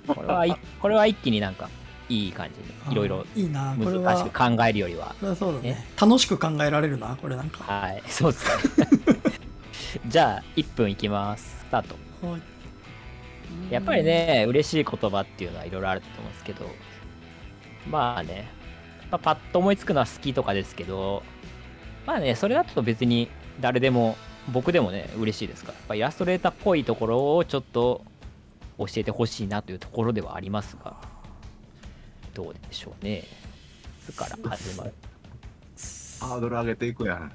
B: これはい これは一気になんかいい感じにいろいろ
A: いいなこれ
B: 難し
A: は
B: く考えるよりは
A: これはそうだね
B: ね
A: 楽しく考えられるなこれなんか。
B: はい、 そうですね。じゃあ、1分いきます。スタート。
A: はい
D: た
B: やっぱり。ね、嬉しい言葉っていうのはいろいろあると思うんですけど、まあね、まあ、パッと思いつくのは好きとかですけど、まあね、それだと別に誰でも、僕でもね、嬉しいですから、やっぱイラストレーターっぽいところをちょっと教えてほしいなというところではありますが、どうでしょうね。すから始まる。
C: ハードル上げていくやん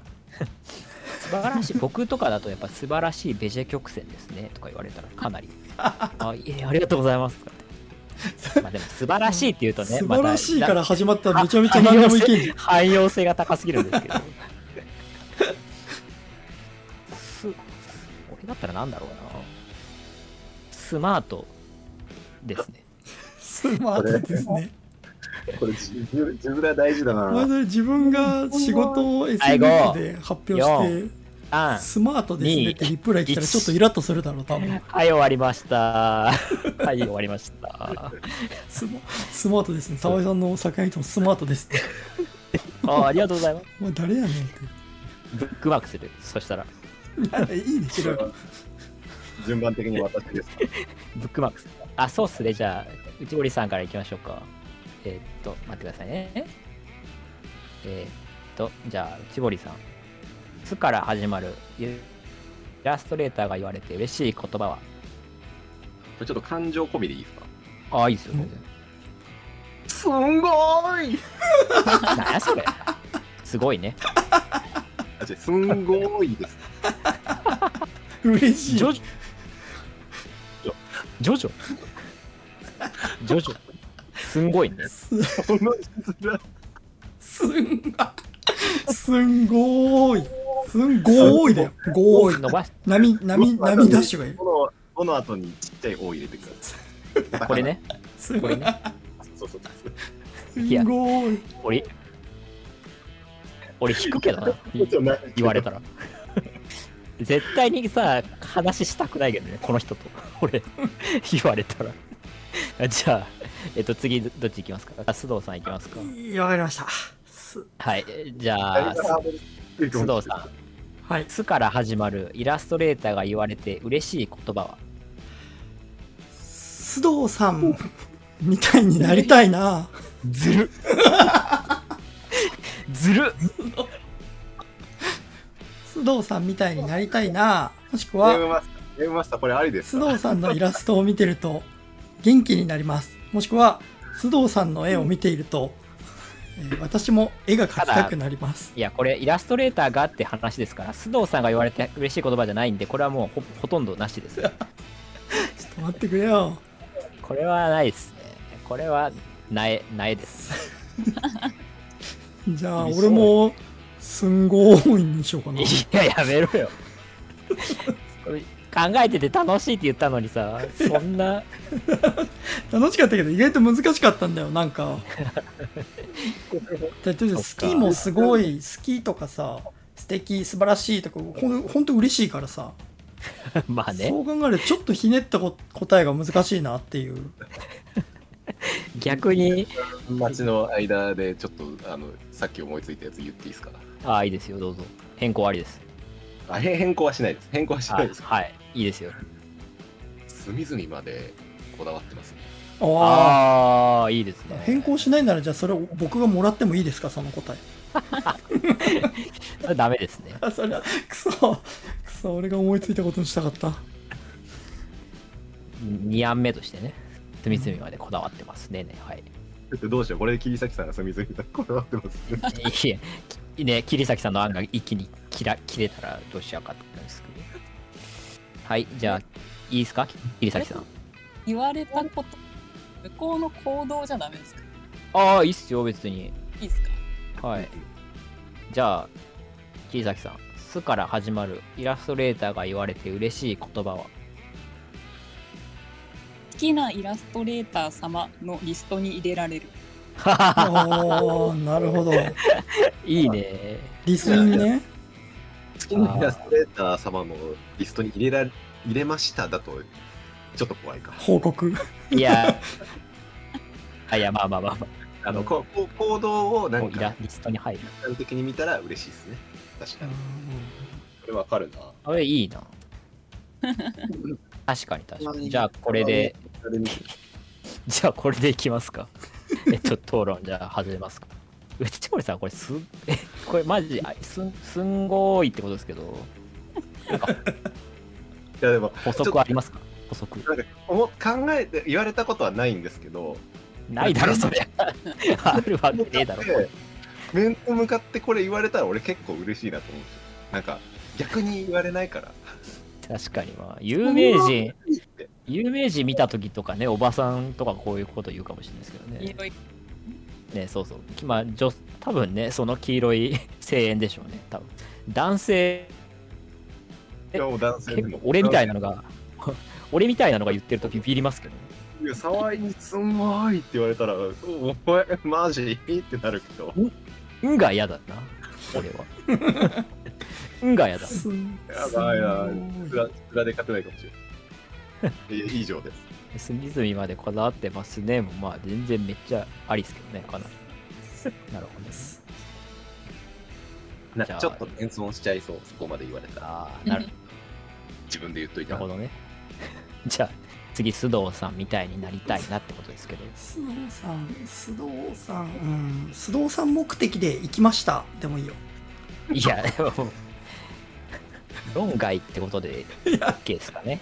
B: 素晴らしい僕とかだとやっぱ素晴らしいベジェ曲線ですねとか言われたらか なりあいえありがとうございますとかってまあでも素晴らしいって言うと ね
A: 素
B: ま
A: 晴
B: た
A: らしいから始まったらめちゃめちゃ何でもいけんじゃん。
B: 汎用性が高すぎるんですけどす俺だったらなんだろうなスマートですね
A: スマート ですね。
C: これ自分自分が大事だ
A: まあ
C: な
A: それ自分が仕事を SNS で発表して
B: あ
A: スマートですねってリプライ来たらちょっとイラッとするだろう多分
B: はい終わりました はい終わりました
A: スマスマートですね澤井さんの作品ともスマートですって
B: あありがとうございます
A: お前誰やねんっ
B: ブックマークするそしたら
A: ていいでしょよ
C: 順番的に私ですか
B: ブックマークス。あ、そうっすね。じゃあ、内堀さんからいきましょうか。えーっと、待ってくださいね。えーっと、じゃあ、内堀さん。つから始まるイラストレーターが言われて嬉しい言葉は。
C: これちょっと感情込みでいいですか
B: あ、いいっすよ。全然
C: すんごい
B: なんやそれ。すごいね。
C: あ違うすんごい です
A: 嬉しい
B: ジョジョ。ジョジョ。ジョジョ。すんごいね。
A: す
C: この人ら
A: すんがすんごーいすんごーいだよごーい
B: 伸ばし
A: 波波波ダッシュがいる
C: このこの後にちっちゃい「お」入れてください
B: これね。
A: すん
B: これね。
C: そうそうそう
A: すんごーい
B: 俺、俺引くけどな。言われたら絶対にさ話したくないけどねこの人と俺言われたらじゃあえっと次どどっち行きますかあ須藤さん行きますか
A: いやわかりましたす
B: はいじゃあ須須藤さん
A: はい
B: 「す」から始まるイラストレーターが言われて嬉しい言葉は
A: 須藤さんみたいになりたいな
B: ずるずるっ
A: 須藤さんみたいになりたいなもしく
C: ゲーム
A: は
C: マスター、ゲームマスターこれありです
A: 須
C: か
A: 藤さんのイラストを見てると元気になりますもしくは須藤さんの絵を見ていると、えー私も絵が描きたくなり ます
B: いやこれイラストレーターがって話ですから須藤さんが言われて嬉しい言葉じゃないんでこれはもうほほとんどなしです
A: ちょっと待ってくれよ
B: これはないですねこれはないないです
A: じゃあ
B: いいそう
A: 俺もすんごい多いにしようかない
B: ややめろよこれ考えてて楽しいって言ったのにさそんな
A: 楽しかったけど意外と難しかったんだよなんかだってスキーもすごいスキーとかさ素敵素晴らしいとかほんほんと嬉しいからさ、
B: まあね
A: そう考えるとちょっとひねったこ答えが難しいなっていう
B: 逆に
C: 街の間でちょっとあのさっき思いついたやつ言っていいですか
B: ああいいですよどうぞ変更ありです
C: あへ変更はしないです変更はし
B: は
C: ない
B: い
C: です
B: はいいいですよ
C: 隅々までこだわってますね
A: あ
B: ああいいです
A: あ
B: ね
A: 変更しないならじゃあそれを僕がもらってもいいですかその答え
B: それダメですね
A: あそりゃクソクソ俺が思いついたことにしたかった
B: 2案目としてね隅々までこだわってますねねはい
C: ちょっとどうしようこれで桐崎さんが隅々までこだわってますね
B: いえきね、桐崎さんの案が一気に切ら切れたらどうしようかって思うんですけど。はい、じゃあ、いいですか、き桐崎さん。
D: 言われたこと向こうの行動じゃダメですか
B: ああ、いいっすよ、別に。
D: いいですか
B: はい。じゃあ、桐崎さん、すから始まるイラストレーターが言われて嬉しい言葉は、
D: 好きなイラストレーター様のリストに入れられる
A: ああなるほど
B: いいね。
A: リスインね
C: 好きなイラストレーター様のリストに入れられ入れましただとちょっと怖いか
A: 報告
B: いや、 あいや、まあまあまあ、ま
C: あのここう行動を
B: あ、
C: な
B: もう
C: ん
B: イラ
C: か
B: リストに入る。
C: 客観的に見たら嬉しいですね確かにこれわかるな
B: あれ、いいな。確かに確かに。じゃあ、これで。じゃあこれでいきます か。えっと、討論じゃあ始めますか。うちこりさん、これす、 えこれマジ、あすん、すんごいってことですけど、
C: いやでも
B: 補足ありますか補足。
C: なんか思考えて言われたことはないんですけど
B: ないだろ、そ りゃ。あるわけねえだろ。
C: 面と向かってこれ言われたら俺結構嬉しいなと思うんですよなんか逆に言われないから
B: 確かに、まあ、有名人、
C: って
B: 有名人見た時とかね、おばさんとかこういうこと言うかもしれないですけど
D: い
B: ね。
D: ろい
B: ね、そうそう。きまあ、女多分ね、その黄色い声援でしょうね、多分。男性、え
C: いやもう男性で
B: 結
C: も
B: 構俺みたいなのが、 俺みたいなのが言ってるとビビりますけどね。
C: いや騒いにすんごいって言われたらお前マジってなるけど
B: うんが嫌だな、俺は。うんが嫌だ。
A: すん
C: やばいな裏裏で勝てないかもしれないいや以上です
B: 隅々までこだわってますね。もうまあ、全然めっちゃありっすけどね、かなり。なるほど、ね。
C: なん
B: じゃ
C: か
B: あ
C: ちょっと謙遜しちゃいそうそこまで言われたら
B: ああ、
D: な
B: な
D: る
B: る
C: 自分で言っといたら
B: ほどね。 じゃあ、次、須藤さんみたいになりたいなってことです けど。
A: 須藤さん須藤さんうん須藤さん目的で行きましたでもいいよ
B: いや、でも、論外ってことで OK ですか ね。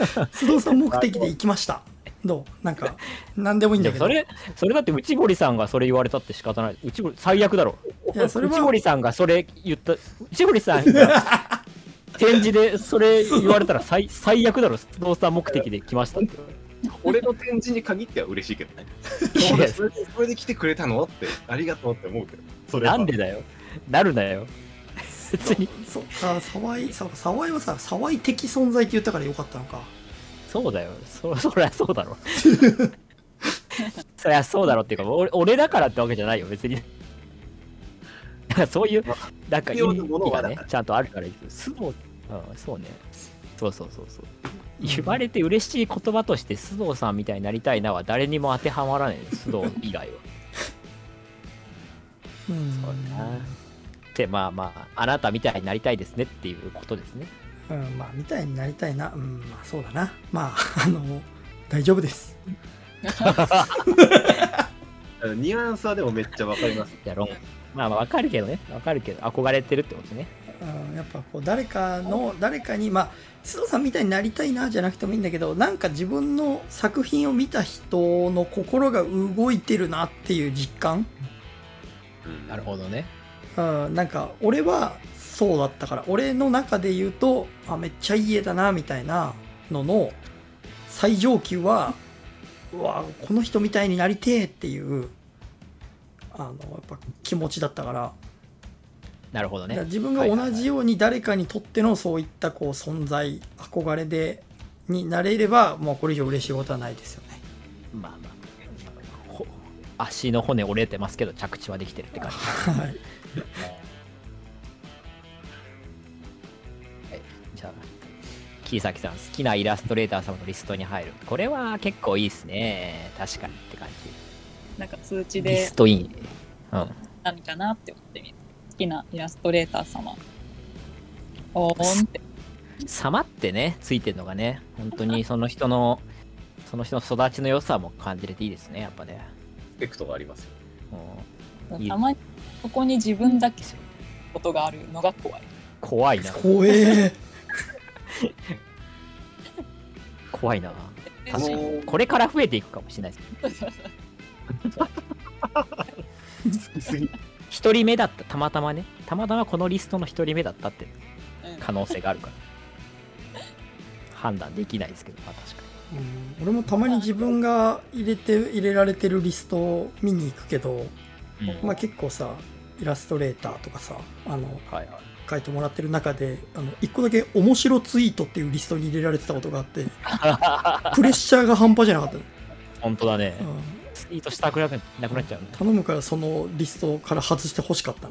A: 須藤さん目的で行きましたどうなんか何でもいいん
B: で
A: だけど
B: もそれ、それだって内堀さんがそれ言われたって仕方ない。内堀、最悪だろ。
A: いやそれは
B: 内堀さんがそれ言った、内堀さんが 展示でそれ言われたら最最悪だろ、不動産目的で来ましたって。
C: 俺の展示に限っては嬉しいけどね
B: いや
C: それでそれで来てくれたのってありがとうって思うけどそれは
B: なんでだよ。なるなよ。別に、
A: そっか沢井さ沢井はさ沢井的存在って言ったからよかったのか
B: そうだよ。そ そりゃそうだろ。そりゃそうだろっていうか、俺俺だからってわけじゃないよ、別に。なんかそういう、なんか意
C: 必要なもの
B: 味
C: は
B: が
C: だ
B: ね
C: か、
B: ちゃんとあるからいいけど、須藤、うん、そうね。そうそうそうそう。言われて嬉しい言葉として須藤さんみたいになりたいなは誰にも当てはまらないよ須藤以外は。
A: うん
B: でまあまああなたみたいになりたいですねっていうことですね。
A: うんまあみたいになりたいなうんまあそうだなまああ の大丈夫です
C: あのニュアンスはでもめっちゃわかります
B: じゃあ論まあまあわかるけどねわかるけど憧れてるってことね
A: うんやっぱこう誰かの誰かにまあ須藤さんみたいになりたいなじゃなくてもいいんだけどなんか自分の作品を見た人の心が動いてるなっていう実感、
C: うん
B: なるほどね
A: うん、なんか俺はそうだったから俺の中で言うとあめっちゃいい絵だなみたいなのの最上級はうわこの人みたいになりてえっていうあのやっぱ気持ちだったから
B: なるほど
A: だから
B: ね
A: 自分が同じように誰かにとってのそういったこう存在憧れでになれればもうこれ以上嬉しいことはないですよね
B: まあまあほ足の骨折れてますけど着地はできてるって感じ
A: はい
B: はいじゃあ木崎さん好きなイラストレーター様のリストに入るこれは結構いいですね確かにって感
D: なんか通
B: じ
D: 知
B: リ
D: で
B: ストインうん
D: 何かなって思ってみる好きなイラストレーター様おーんって
B: 様ってねついてるのがね本当にその人のその人の育ちの良さも感じれていいですねやっぱね、
C: スペクトがありますよ
B: うん、いい
D: たまにここに自分だけことがあるのが怖い
B: 怖いな
A: 怖え
B: 怖いな確かに
C: おー
B: これから増えていくかもしれないです
C: 好きすぎ
B: 一人目だったたまたまねたまたまこのリストの一人目だったって
D: うん
B: 可能性があるから 判断できないですけどまあ確かに
A: うん俺もたまに自分が入れて入れられてるリストを見に行くけど、
B: うん
A: まあ、結構さイラストレーターとかさあの
B: はいはい
A: 書いてもらってる中であの1個だけ「面白ツイート」っていうリストに入れられてたことがあって プレッシャーが半端じゃなかった、
B: 本当だね、
A: うん
B: ツイートしたくなくなくなっちゃうね
A: 頼むからそのリストから外してほしかった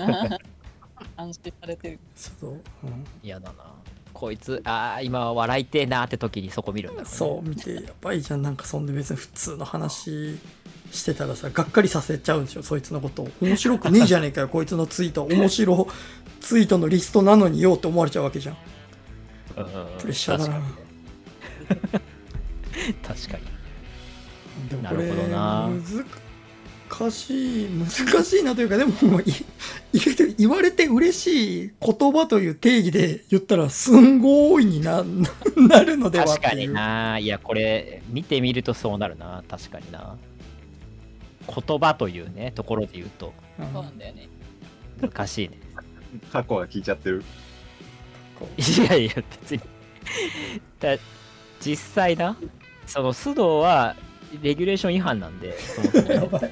A: な
D: 安心されてる
A: そう、うん、
B: 嫌だなこいつああ今は笑いてえなって時にそこ見るんだろうね、
A: そう見てやばいじゃんなんかそんで別に普通の話してたらさがっかりさせちゃうんですよそいつのことを面白くねえじゃねえかよこいつのツイート面白ツイートのリストなのによって思われちゃうわけじゃん
B: うんうんうん
A: プレッシャーだな
B: 確かにね
A: でも
B: な
A: これ
B: るほどな
A: 難しい難しいなというかでもい意外と言われて嬉しい言葉という定義で言ったらすんごいにななるのではっ
B: 確か
A: てい
B: に
A: う
B: ないやこれ見てみるとそうなるな確かにな言葉というねところで言うと
A: うん
D: そうなんだよね
B: 難しいね
C: 過去が聞いちゃってる
A: こう
B: いやいや別に だ実際なその須藤はレギュレーション違反なんでそもそもね
A: やばい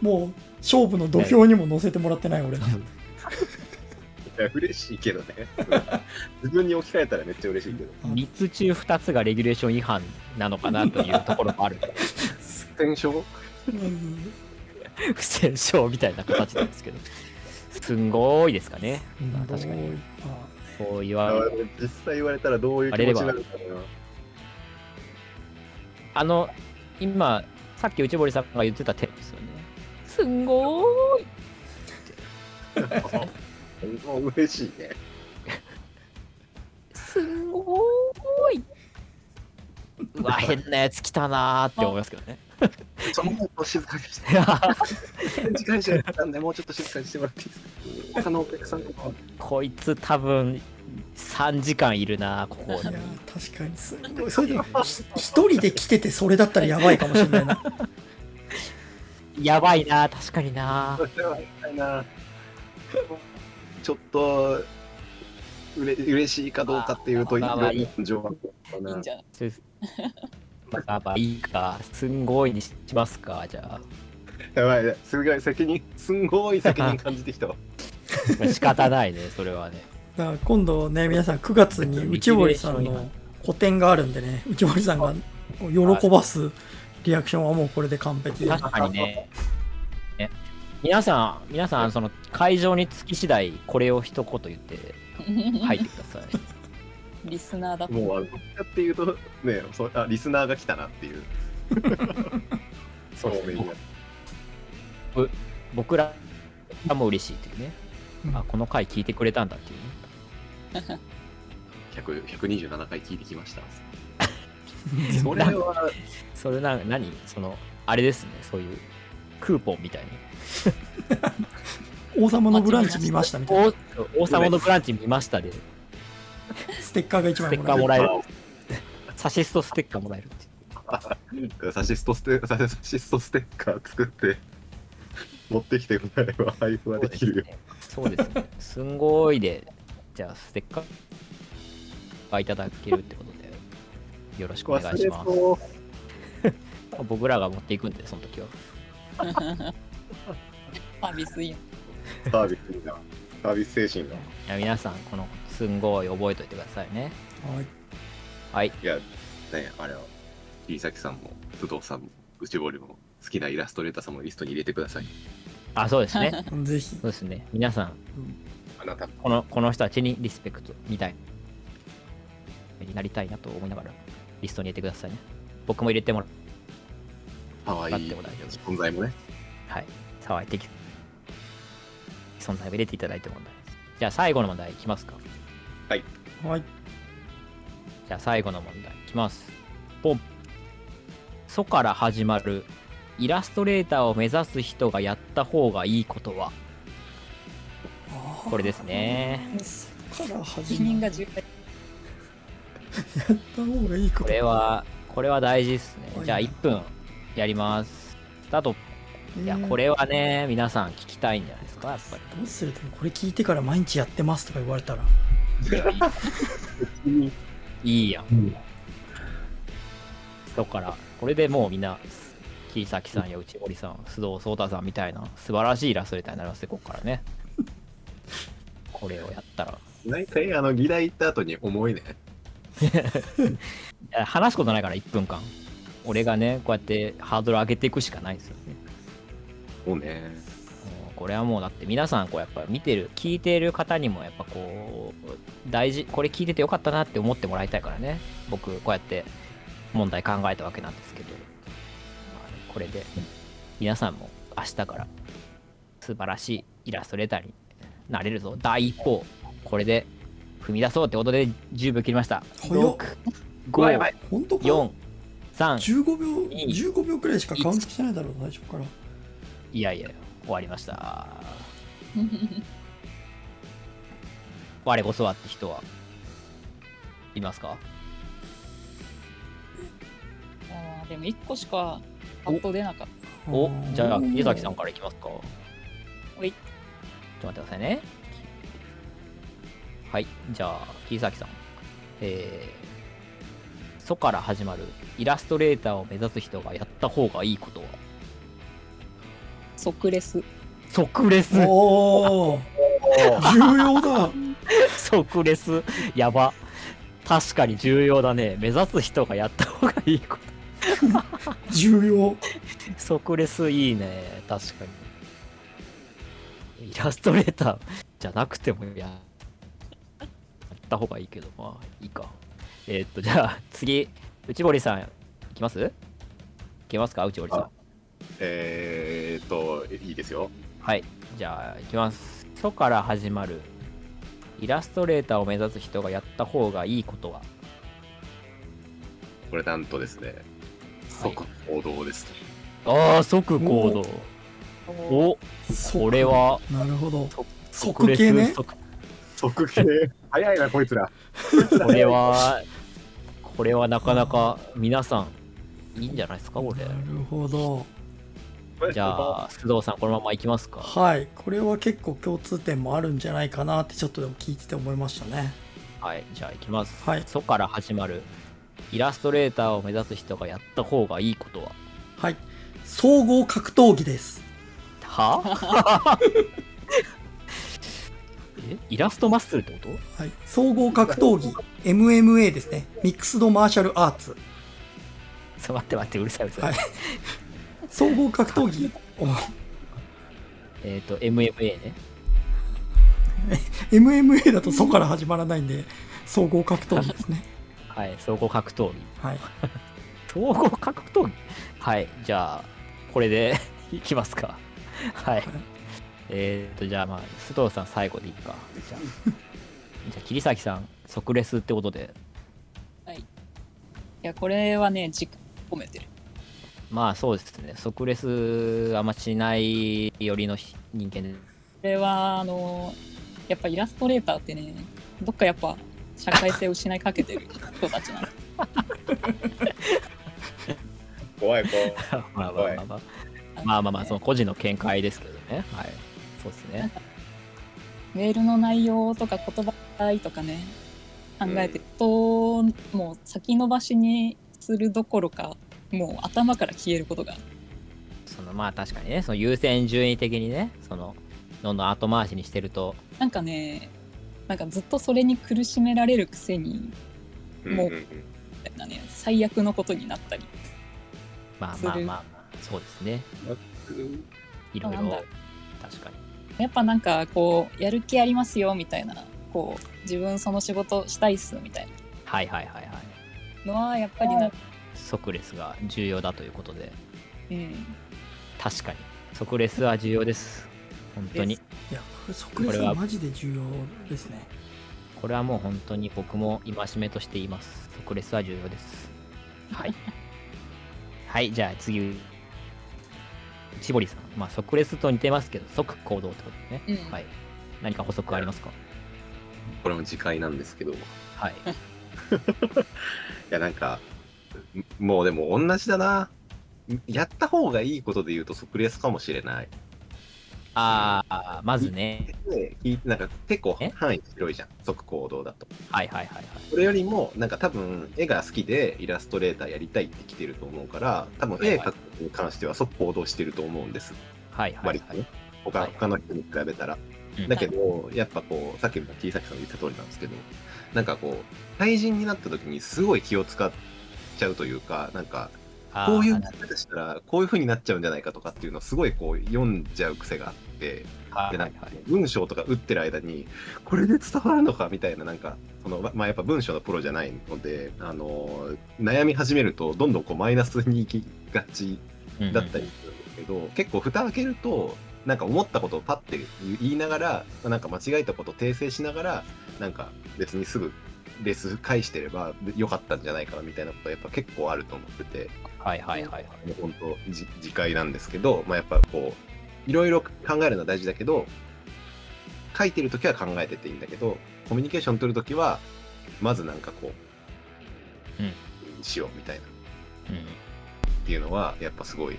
A: もう勝負の土俵にも乗せてもらってない俺
C: いや嬉しいけどね自分に置き換えたらめっちゃ嬉しいけど
B: 3つ中2つがレギュレーション違反なのかなというところもある
C: 戦勝
A: うん
B: 不戦勝みたいな形なんですけどすんごいですかね、まあ、確かに
A: ま
B: そう言われ
C: 実際言われたらどういう気持ちになるかな
B: あの今さっき内堀さんが言ってたテーマですよねすんごーい
C: もう嬉しいね
B: すんごーいうわ変なやつ来たなーって思いますけど ね
C: ちょもうちょっと静かにして
B: いや
C: 時間しかなんでもうちょっと静かにしてもらっていいですか他のお客さんとか
B: こいつ多分3時間いるなここ
A: あい
B: に
A: や確かにすごいそれでひ一人で来ててそれだったらやばいかもしれないな
B: やばいなー確かになー
C: それは言いたいなちょっとうれ嬉しいかどうかっていうとい
B: まあまあまあいい
C: ろいろ情報か
D: いい
C: なん
D: じゃない
B: そうですまあまあいいか、すんごいにしますか、じゃ
C: やばいねすごい責任すんごい責任感じてきたわ
B: あ。仕方ない ね、それはね。
A: だから今度ね皆さん9月に内堀さんの個展があるんでね内堀さんが喜ばすリアクションはもうこれで完璧
B: 確かにね。ね皆さん、皆さん、その会場につき次第、これを一言言って入ってください。
D: リスナーだ と
C: もうあのどっちかっていうとねそうあリスナーが来たなって いう
B: そうですね
C: いや
B: 僕らも嬉しいというね
A: う。ん
B: あ、この回聞いてくれたんだっていうね。
C: 100 127回聞いてきました それは
B: それな、何その、あれですね、そういうクーポンみたい
A: 王様のブランチ見ましたみたいな
B: お王様のブランチ見ましたで、
A: ステッカーが一
B: ス
A: 枚
B: テ
A: も
B: ッ
A: ら
B: カ
A: え
B: ー
A: る
B: もらえる。サシストステッカーもらえるっていう
C: サシストステサシストステッカー作って持ってきてもらえば配布はできるよ。
B: そうですね。すんごいで、じゃあステッカーがいただけるってことで、よろしくお願いします。
C: そう
B: 僕らが持っていくんで、その時は。
D: サービスいい
C: サービスいいなサービス精神が
B: いや皆さん、このすんごい覚えておいてくださいね。
A: はい
B: はい。
C: いやねあれは飯崎さんも須藤さんも内堀も好きなイラストレーターさんもリストに入れてください
B: あ、そうですね。
A: ぜひ
B: そうですね。皆さん、
C: あなたも
B: このこの人たちにリスペクトみたいになりたいなと思いながら、リストに入れてくださいね。僕も入れてもらう。
C: 可愛い
B: 待っても大丈夫です
C: 存在もね
B: はい。騒い的存在を入れていただいても問題です。じゃあ、最後の問題いきますか。
A: はい
B: じゃあ最後の問題いきます。ポン。ソから始まるイラストレーターを目指す人がやった方がいいことはこれですね。
A: そっから
D: 責
A: 始
D: 任
A: ま
D: が重大
A: った方がいいこ
B: ことれは、これは大事ですね
A: は。い
B: じゃあ1分やります。スタート。
A: えー
B: いや、これはね、皆さん聞きたいんじゃないですか、やっぱり。
A: どうするでもこれ聞いてから毎日やってますとか言われたら
B: いいやん。ソから、これでもうみんな、木崎さんや内堀さん、須藤壮太さんみたいな素晴らしいイラストレーターになりますね、ここか らね。これをやったら。
C: 大体あの議題行った後に重いね
B: いや話すことないから1分間俺がねこうやってハードル上げていくしかないんですよね
C: そうね
B: もうこれはもうだって皆さんこうやっぱ見てる聞いてる方にもやっぱこう大事これ聞いててよかったなって思ってもらいたいからね僕こうやって問題考えたわけなんですけど、まあねこれで皆さんも明日から素晴らしいイラストレーターになれるぞ第一歩これで踏み出そうってことで10秒切りました
A: 早っ
C: やば
B: 5
C: い
A: 本当か
B: 4 3
A: 15秒
B: いい
A: 15秒くらいしかカウントしてないだろう最初から
B: いやいや、終わりました。我こそはって人は、いますか
D: あーでも1個しかパッと出なかっ
B: お、じゃあ、
A: うん
B: 湯崎さんからいきますか。
D: おい
B: ちょっと待ってくださいね。はい、じゃあ、木崎さん。えー、ソから始まるイラストレーターを目指す人がやった方がいいことは、
D: た即レス
B: 即レス
A: おお重要だ
B: 即レスやば確かに重要だね目指す人がやった方がいいこと
A: 重要
B: 即レスいいね確かにイラストレーターじゃなくてもややった方がいいけどまあいいかえーっとじゃあ次内堀さんいきますいけますか内堀さん
C: あえー、っといいですよ
B: はいじゃあいきます「ソから始まるイラストレーターを目指す人がやった方がいいことは
C: これなんとですね即行動です、
B: ああ即行動おこれは
A: なるほど
B: 即
A: 即系ね
B: 即
C: 即 系早いなこいつら
B: これはこれはなかなか皆さんいいんじゃないですかこれ
A: なるほど
B: じゃあ須藤さんこのままいきますか
A: はいこれは結構共通点もあるんじゃないかなってちょっとでも聞いてて思いましたね
B: はいじゃあいきます
A: はい
B: ソから始まるイラストレーターを目指す人がやった方がいいことは
A: はい総合格闘技です
B: は えイラストマッスルってこと
A: はい総合格闘技 MMA ですねミックスドマーシャルアーツ
B: そう待って待ってうるさいうるさ
A: は
B: い、
A: い総合格闘技お
B: えっ、と MMA ね
A: MMA だと「ソ」から始まらないんで総合格闘技ですね
B: はい総合格闘技
A: はい
B: 総合格闘技はいじゃあこれで いきますかはいえー、っとじゃあまあ須藤さん最後でいいかじゃあじゃあ桐崎さん即レスってことで
D: いやこれはね時間込めてる
B: まあそうですね即レスあんましないよりの人間
D: れはあのやっぱイラストレーターってねどっかやっぱ社会性を失いかけてる 人たちなんで
C: 怖い怖い。
B: まあまあまあまあ、 まあまあまあその個人の見解ですけどね。はい。そうですね。
D: メールの内容とか言葉遣いとかね考えてると、もう先延ばしにするどころかもう頭から消えることが
B: そのまあ確かにね、その優先順位的にね、そのどんどん後回しにしてると、
D: なんかねなんかずっとそれに苦しめられるくせにもうん
C: んん
D: みたいなね最悪のことになったり
B: まあ
D: する
B: まあまあまあ、そうですね。いろい
D: なんだ
B: ろ確かに。
D: やっぱなんかこうやる気ありますよみたいなこう自分その仕事したいっすみたい
B: はいはいはいはい。
D: なのはやっぱりな、
B: 即レスが重要だということで、
D: うん、
B: 確かに。即レスは重要です。本当に
D: で。
A: いや、これ即レス
B: これは
A: マジで重要ですね。
B: これはもう本当に僕も戒めとして言います。即レスは重要です。はい。 はい、じゃあ次。しぼりさん。まあ、即レスと似てますけど、即行動ってことですね。
D: うん
B: はい。何か補足ありますか
C: これも次回なんですけど。
B: はい。
C: いやなんかんもうでも同じだなんやった方がいいことで言うと即レスかもしれない
B: ああ、まずね。
C: で聞いてなんか結構
B: え
C: 範囲広いじゃん即行動だと
B: はいはいはいはい。
C: それよりもなんか多分絵が好きでイラストレーターやりたいって来てると思うから多分絵描くことに関しては即行動してると思うんです
B: はいはい、
C: 割
B: は
C: と
B: い
C: ね。他
B: はい
C: 他の人に比べたら
B: うん
C: だけどやっぱこうさっきも小さきさんの言った通りなんですけどなんかこう対人になった時にすごい気を使っちゃうというかなんか
B: あー
C: こういう
B: なる
C: 方としたらこういう風になっちゃうんじゃないかとかっていうのをすごいこう読んじゃう癖があって
B: はい
C: で
B: は
C: なん
B: い
C: か
B: はい。
C: 文章とか打ってる間にこれで伝わるのかみたいななんかそのままあやっぱ文章のプロじゃないのであの悩み始めるとどんどんこうマイナスに行きがち
B: うんうん
C: だったりするんですけど結構蓋開けるとなんか思ったことをパッて言いながらなんか間違えたことを訂正しながらなんか別にすぐレス返してれば良かったんじゃないかなみたいなことやっぱ結構あると思ってて。
B: はいはいはいはい。
C: もう本当じ次回なんですけど、まあ、やっぱこういろいろ考えるのは大事だけど書いてる時は考えてていいんだけどコミュニケーション取る時はまずなんかこう、
B: うん
C: しようみたいなっ
B: うん
C: ていうのはやっぱすごい、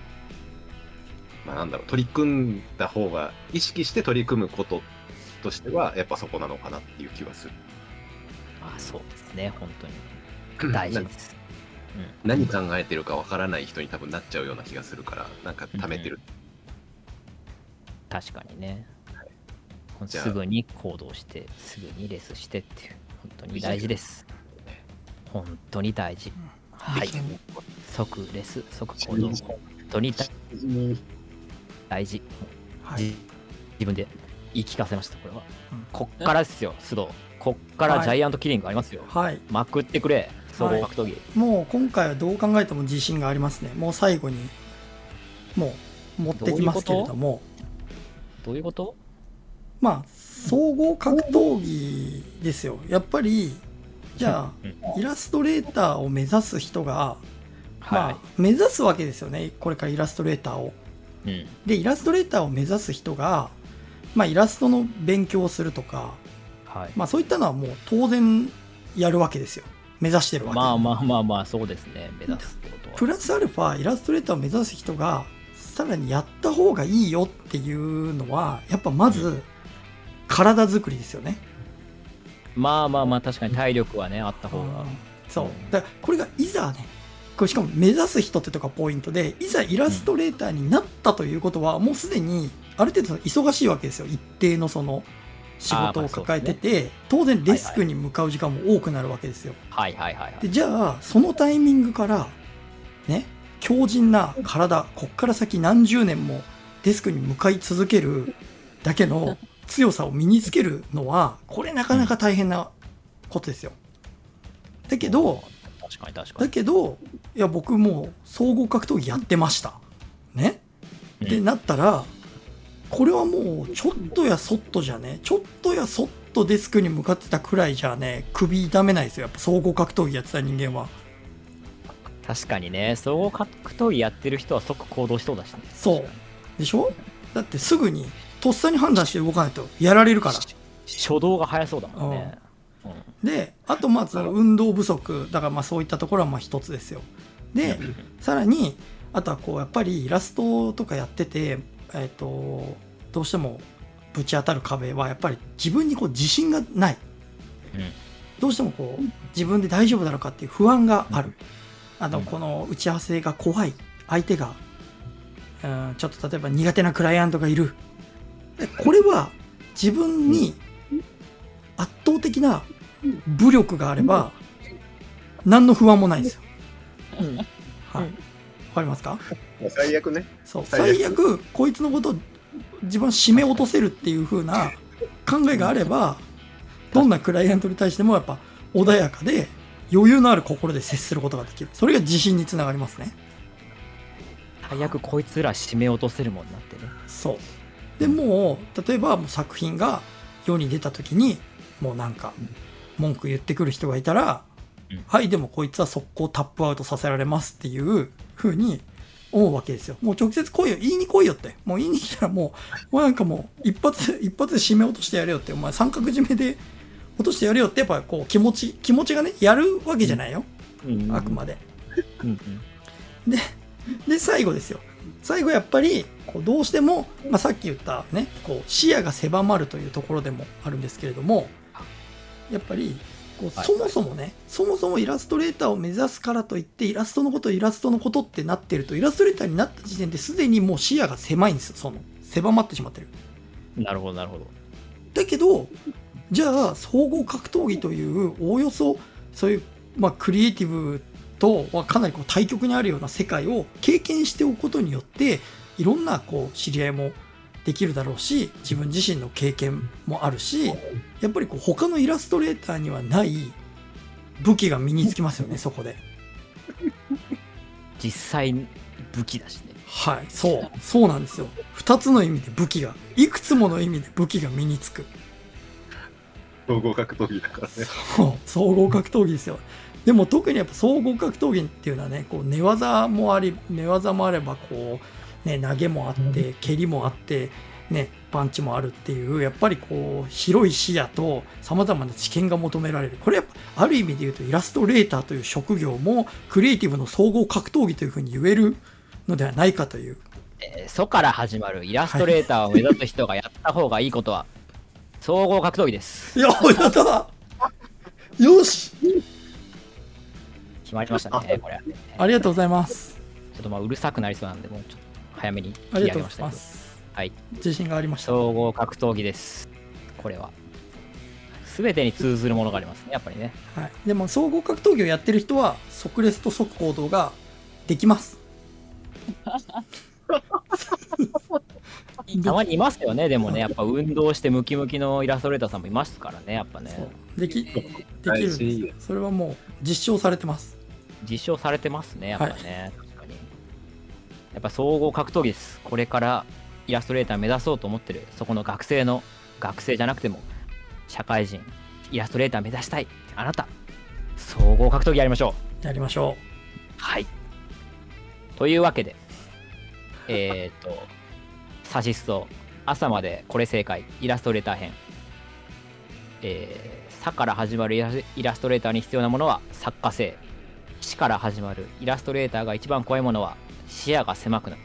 C: まあ、なんだろう取り組んだ方が意識して取り組むこととしてはやっぱそこなのかなっていう気はする。
B: あーそうですね、本当に。大事です。
C: 何考えてるかわからない人に多分なっちゃうような気がするからなんか溜めてる
B: 確かにね、
C: じゃあ
B: すぐに行動してすぐにレスしてっていう本当に大事です本当に大事はい即レス即行動本当に大大事
A: はい。
B: じ自分で言い聞かせましたこれは、
A: うん
B: こっからですよ須藤こっから
A: はい
B: ジャイアントキリングありますよ、
A: はい。
B: まくってくれ総
A: はい
B: 合格闘技、
A: もう今回はどう考えても自信がありますね。もう最後に、もう持ってきますけれども。
B: どういうこと
A: まあ、総合格闘技ですよ。やっぱり、じゃ
B: うん
A: あ、イラストレーターを目指す人が、まあ、
B: はい、
A: 目指すわけですよね。これからイラストレーターを。
B: うん
A: で、イラストレーターを目指す人が、まあ、イラストの勉強をするとか、
B: はい
A: まあ、そういったのはもう当然やるわけですよ。目指してるわけで
B: まあまあまあまあそうですね目指すってことは
A: プラスアルファイラストレーターを目指す人がさらにやった方がいいよっていうのはやっぱまず体作りですよね。
B: まあまあまあ確かに体力はねあった方が、
A: そう
B: うん
A: だからこれがいざねこれしかも目指す人ってとこがポイントでいざイラストレーターになったということはもうすでにある程度忙しいわけですよ一定のその仕事を抱えてて、当然デスクに向かう時間も多くなるわけですよ。
B: はいはいはいはい
A: でじゃあそのタイミングからね強靭な体こっから先何十年もデスクに向かい続けるだけ の強さを身につけるのはこれなかなか大変なことですよ。だけど
B: 確かに確か
A: だ
B: に
A: けどいや僕もう総合格闘技やってました。ねって
B: うん
A: なったらこれはもうちょっとやそっとじゃねちょっとやそっとデスクに向かってたくらいじゃね首痛めないですよやっぱ総合格闘技やってた人間は
B: 確かにね総合格闘技やってる人は即行動しそうだしね
A: そうでしょだってすぐにとっさに判断して動かないとやられるから
B: 初動が早そうだもんね。うん
A: であとまあその運動不足だからまあそういったところはまあ一つですよでさらにあとはこうやっぱりイラストとかやってて、えっとどうしてもぶち当たる壁はやっぱり自分にこう自信がない
B: うん
A: どうしてもこう自分で大丈夫だろうかっていう不安がある、あの
B: うん
A: この打ち合わせが怖い相手が、うん、ちょっと例えば苦手なクライアントがいるでこれは自分に圧倒的な武力があれば何の不安もないんですよ。
B: うん
A: はい、わかりますか
C: 最悪ね。
A: そう
C: 最悪
A: 最悪こいつのことを自分は締め落とせるっていう風な考えがあればどんなクライアントに対してもやっぱ穏やかで余裕のある心で接することができるそれが自信につながりますね
B: 最悪こいつら締め落とせるもんなってね。
A: そうでもう例えばもう作品が世に出た時にもうなんか文句言ってくる人がいたら
B: うん
A: はいでもこいつは速攻タップアウトさせられますっていう風に思うわけですよもう直接来いよ言いに来いよってもう言いに来たらもうもうなんかもう一発一発で締め落としてやれよってお前三角締めで落としてやれよってやっぱこう気持ち気持ちがねやるわけじゃないよあくまで
B: うん
A: でで最後ですよ最後やっぱりこうどうしても、まあ、さっき言ったねこう視野が狭まるというところでもあるんですけれどもやっぱりこう
B: はい
A: そもそもね、そもそもイラストレーターを目指すからといってイラストのことイラストのことってなってるとイラストレーターになった時点ですでにもう視野が狭いんですよその狭まってしまってる
B: うんなるほどなるほど。
A: だけどじゃあ総合格闘技というおおよそそういう、まあ、クリエイティブとはかなりこう対極にあるような世界を経験しておくことによっていろんなこう知り合いもできるだろうし自分自身の経験もあるしやっぱりこう他のイラストレーターにはない武器が身につきますよねそこで
B: 実際武器だしね。
A: はいそうそうなんですよ2つの意味で武器がいくつもの意味で武器が身につく
C: 総合格闘技だからね。
A: そう総合格闘技ですよでも特にやっぱ総合格闘技っていうのはねこう寝技もあり寝技もあればこう、ね、投げもあって蹴りもあって、ね、パンチもあるっていうやっぱりこう広い視野とさまざまな知見が求められるこれやっぱある意味で言うとイラストレーターという職業もクリエイティブの総合格闘技というふうに言えるのではないかという
B: えーソから始まるイラストレーターを目指す人がやった方がいいことは、総合格闘技です。
A: よやったよし
B: 決まりましたね、これ。ち
A: ありがとうございます
B: ょっとまあうるさくなりそうなんで、もうちょっと早めに
A: ありがと
B: 切り上
A: う
B: げ
A: ご
B: ま
A: ざ
B: し
A: い
B: た
A: ま
B: けど。
A: す
B: はい。
A: 自信がありました
B: 総合格闘技です。これは。すべてに通ずるものがありますね、やっぱりね。
A: はい、でも総合格闘技をやってる人は即レスと即行動ができます
B: たまにいますよね、でもね、やっぱ運動してムキムキのイラストレーターさんもいますからね、やっぱ
A: そう
B: ね。
A: できできるんですよそれはもう実証されてます
B: 実証されてますね、やっぱね。確かに。やっぱ総合格闘技です。これからイラストレーター目指そうと思ってる、そこの学生の、学生じゃなくても、社会人、イラストレーター目指したい、あなた、総合格闘技やりましょう。
A: やりましょ
B: はい。というわけで、えっ、と、サシスト、朝までこれ正解、イラストレーター編。えー、さから始まるイラスイラストレーターに必要なものは作家性。しから始まるイラストレーターが一番怖いものは視野が狭くなる。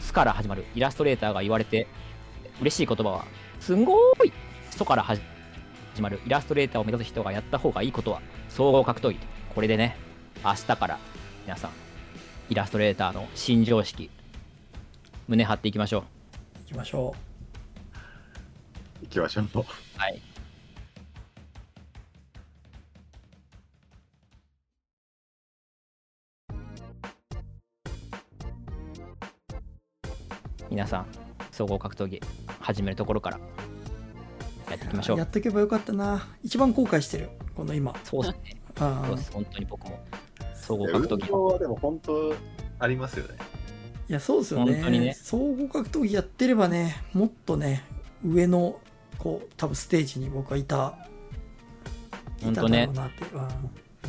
B: すから始まるイラストレーターが言われて嬉しい言葉は、すんごーいそから始まるイラストレーターを目指す人がやった方がいいことは、総合格闘技。これでね、明日から皆さん、イラストレーターの新常識、胸張っていきましょう。
A: ういきましょう
C: 行きましょう。
B: はい。皆さん、総合格闘技始めるところからやっていきましょ
A: や
B: う
A: っ。とけばよかったな一番後悔してるこの今
B: そうですね。
A: あ
B: そう
A: ー
B: です。本当に僕も総合
C: 運
B: 格闘技。
C: 動はでも本当ありますよね。
A: いやそうですよね
B: 本当にね
A: 総合格闘技やってればねもっとね上のこう多分ステージに僕はいたい
B: 本
A: た
B: 当
A: んだ
B: ね
A: ろうなって、うん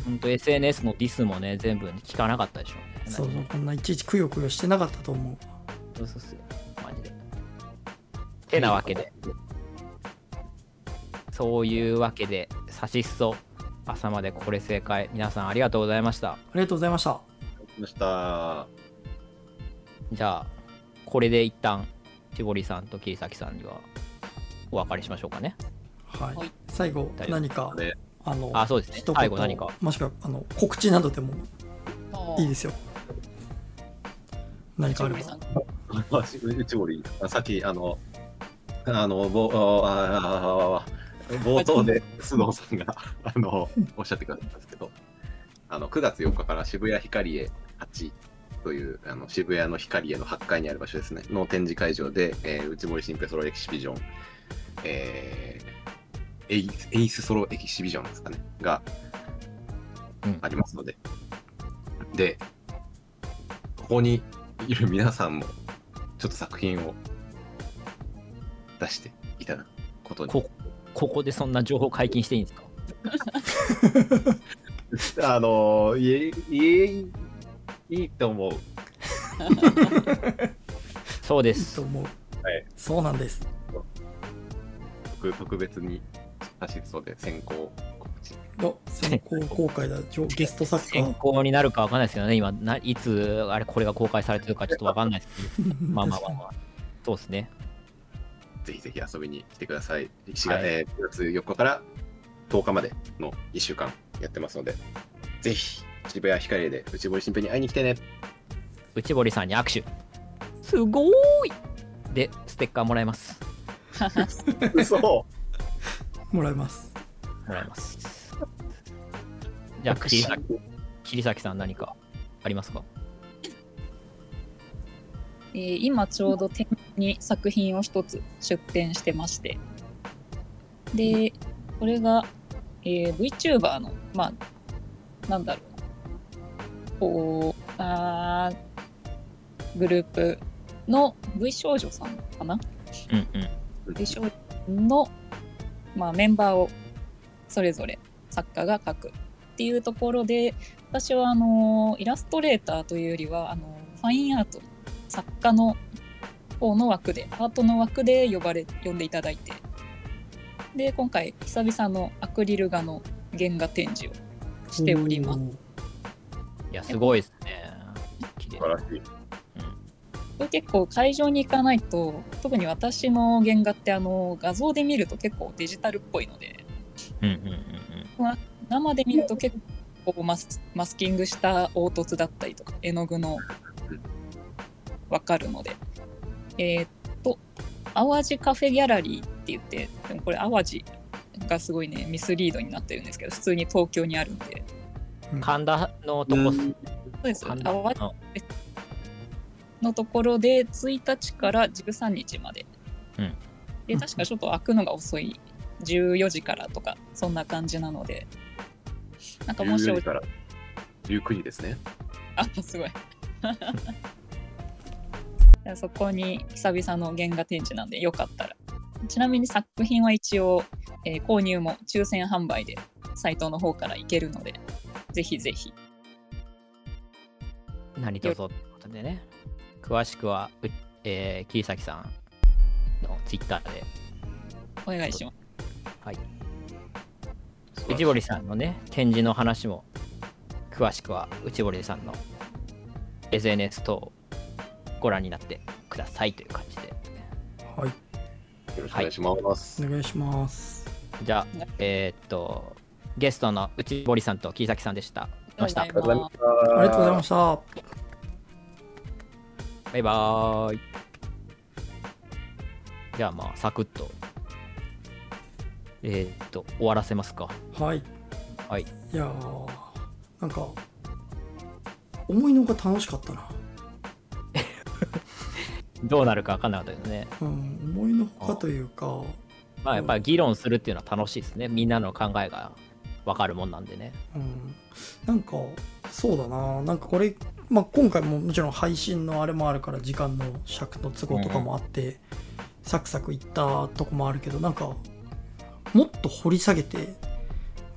B: 本当 SNS のディスもね、全部聞かなかったでしょうね。
A: そうそうこんないちいちくよくよしてなかったと思う
B: そうそうっすよ。マジで。てなわけで。そういうわけで、さしっそ、朝までこれ正解。皆さんありがとうございました。
A: りがとうございました。
C: ました。
B: じゃあ、これで一旦、しぼりさんと桐崎さんにはお別れしましょうかね。
A: はい。
D: はい
A: 最後、
B: 大丈夫
A: 何か、
C: ね
A: あの、
B: あ、そうですね
A: 一。
B: 最後何か
A: 言。、もしくは、あの、告知などでもいいですよ。何かあれば。
D: さん
C: あしうちぼりあさっきあのあのぼああ冒頭で須藤さんがあのおっしゃってくださったんですけどあの9月4日から渋谷ヒカリエ8というあの渋谷のヒカリエの8階にある場所ですねの展示会場で、えー、内堀新平ソロエキシビジョン、えーエイエイスソロエキシビジョンですかねが
B: うん
C: ありますので、でここにいる皆さんもちょっと作品を出していただくことに。
B: こここでそんな情報解禁していいんですか
C: あのいえ、いえ、いいと思う。
B: そうで
A: いいと
B: す。
A: 思う。
C: はい
A: そうなんです。
C: 特特別に、アシストで先行告知。
A: の先行公開だ、 上ゲスト作家
B: 健。康になるかわかんないですけどね、今、ないつ、あれ、これが公開されてるかちょっとわかんないです けど、まあまあまあまあ、そうですね。
C: ぜひぜひ遊びに来てください。4月,、
B: はい
C: えー4月4日から10日までの1週間やってますので、ぜひ、渋谷ヒカリエで内堀新平に会いに来てね。
B: 内堀さんに握手。すごーいで、ステッカーもらえます。
C: 嘘
A: もらいます。
B: もらえます。じゃあ、桐崎桐崎さん、何かありますか
D: えー今ちょうど展示に作品を一つ出展してましてでこれが、えー VTuber のまあなんだろうこうあーグループの V 少女さんかな
B: うんうん。
D: V 少女の、まあ、メンバーをそれぞれ作家が描くっていうところで私はあのイラストレーターというよりはあのファインアート作家の方の枠でアートの枠で呼ばれ呼んでいただいてで今回久々のアクリル画の原画展示をしております。
A: おー
B: いや、すごいですね。綺麗
C: 素晴らしい。
D: これ結構会場に行かないと特に私の原画ってあの画像で見ると結構デジタルっぽいので
B: うんうんうん
D: 生で見ると結構マスマスキングした凹凸だったりとか絵の具のわかるのでえーっと淡路カフェギャラリーって言ってでもこれ淡路がすごいねミスリードになってるんですけど普通に東京にあるんで
B: うん。神田のとこっすね
D: そうです淡
B: 神田
D: 路
B: の。
D: のところで1日から13日まで、
B: うん
D: で確かちょっと開くのが遅い14時からとかそんな感じなのでなんかもし
C: 14
D: お
C: 時から19時ですね。
D: あすごい。 じゃあそこに久々の原画展示なんでよかったら。ちなみに作品は一応、えー購入も抽選販売でサイトの方から行けるので、ぜひぜひ。
B: 何とぞってことでね。詳しくは、うえー、桐崎さんのツイッターで、
D: お願いしま
B: 内堀さんのね、展示の話も、詳しくは内堀さんの SNS 等をご覧になってくださいという感じで。
A: はい、
C: よろしくお願いします。
A: お願いします。
B: じゃあ、えーっと、ゲストの内堀さんと桐崎さんでした。
D: す。
B: ました
D: あり
C: ありが
D: が
C: と
D: と
C: う
D: う
C: ご
D: ご
C: ざい
D: ざい
C: ま
A: ありが
C: し
D: ます
A: とうござい
C: た
A: ま。した。
B: バイバーイ。じゃあまあ、サクッと。えーっと、終わらせますか。
A: はい。
B: はい。
A: いやー、なんか、思いのほか楽しかったな。
B: どうなるか分かんなかったけどね。
A: うん、思いのほかというか、
B: まあ、やっぱり議論するっていうのは楽しいですね。みんなの考えが分かるもんなんでね。
A: うん、なんか、そうだな。なんかこれ、まあ、今回ももちろん配信のあれもあるから、時間の尺の都合とかもあって、サクサクいったとこもあるけど、なんか、もっと掘り下げて、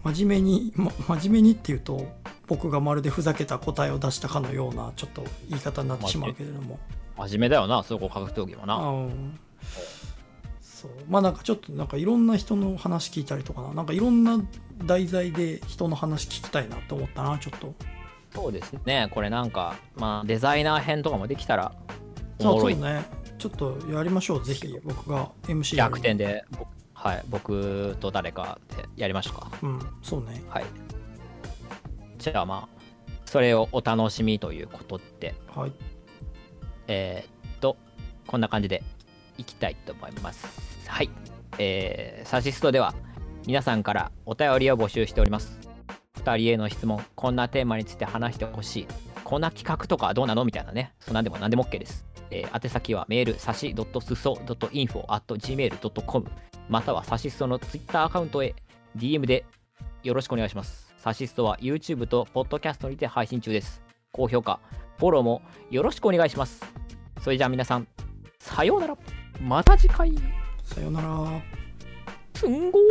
A: 真面目に、ま、真面目にっていうと、僕がまるでふざけた答えを出したかのような、ちょっと言い方になってしまうけれども。
B: 真面目だよな、総合格闘技もな。
A: うんそうまあなんかちょっとなんかいろんな人の話聞いたりとかななんかいろんな題材で人の話聞きたいなと思ったなちょっと
B: そうですね、これなんか、まあ、デザイナー編とかもできたら、お
A: そう
B: も
A: そ
B: ろ
A: う
B: い
A: ねちょっとやりましょうぜひ僕が MC やる
B: 逆転で、ぼはい、僕と誰かでやりましょうか。
A: うんそうね
B: はい。じゃあまあ、それをお楽しみということで、
A: はい
B: えーっと、こんな感じでいきたいと思います。はい。えー、サシストでは、皆さんからお便りを募集しております。2人への質問、こんなテーマについて話してほしい、こんな企画とかどうなのみたいなね、そんなんでも何でも OK です。えー、宛先はメール、さし .suso.info.gmail.com またはサシストの Twitter アカウントへ DM でよろしくお願いします。サシストは YouTube と Podcast にて配信中です。高評価、フォローもよろしくお願いします。それじゃあ皆さん、さようなら。また次回。
A: さようなら
B: すんごー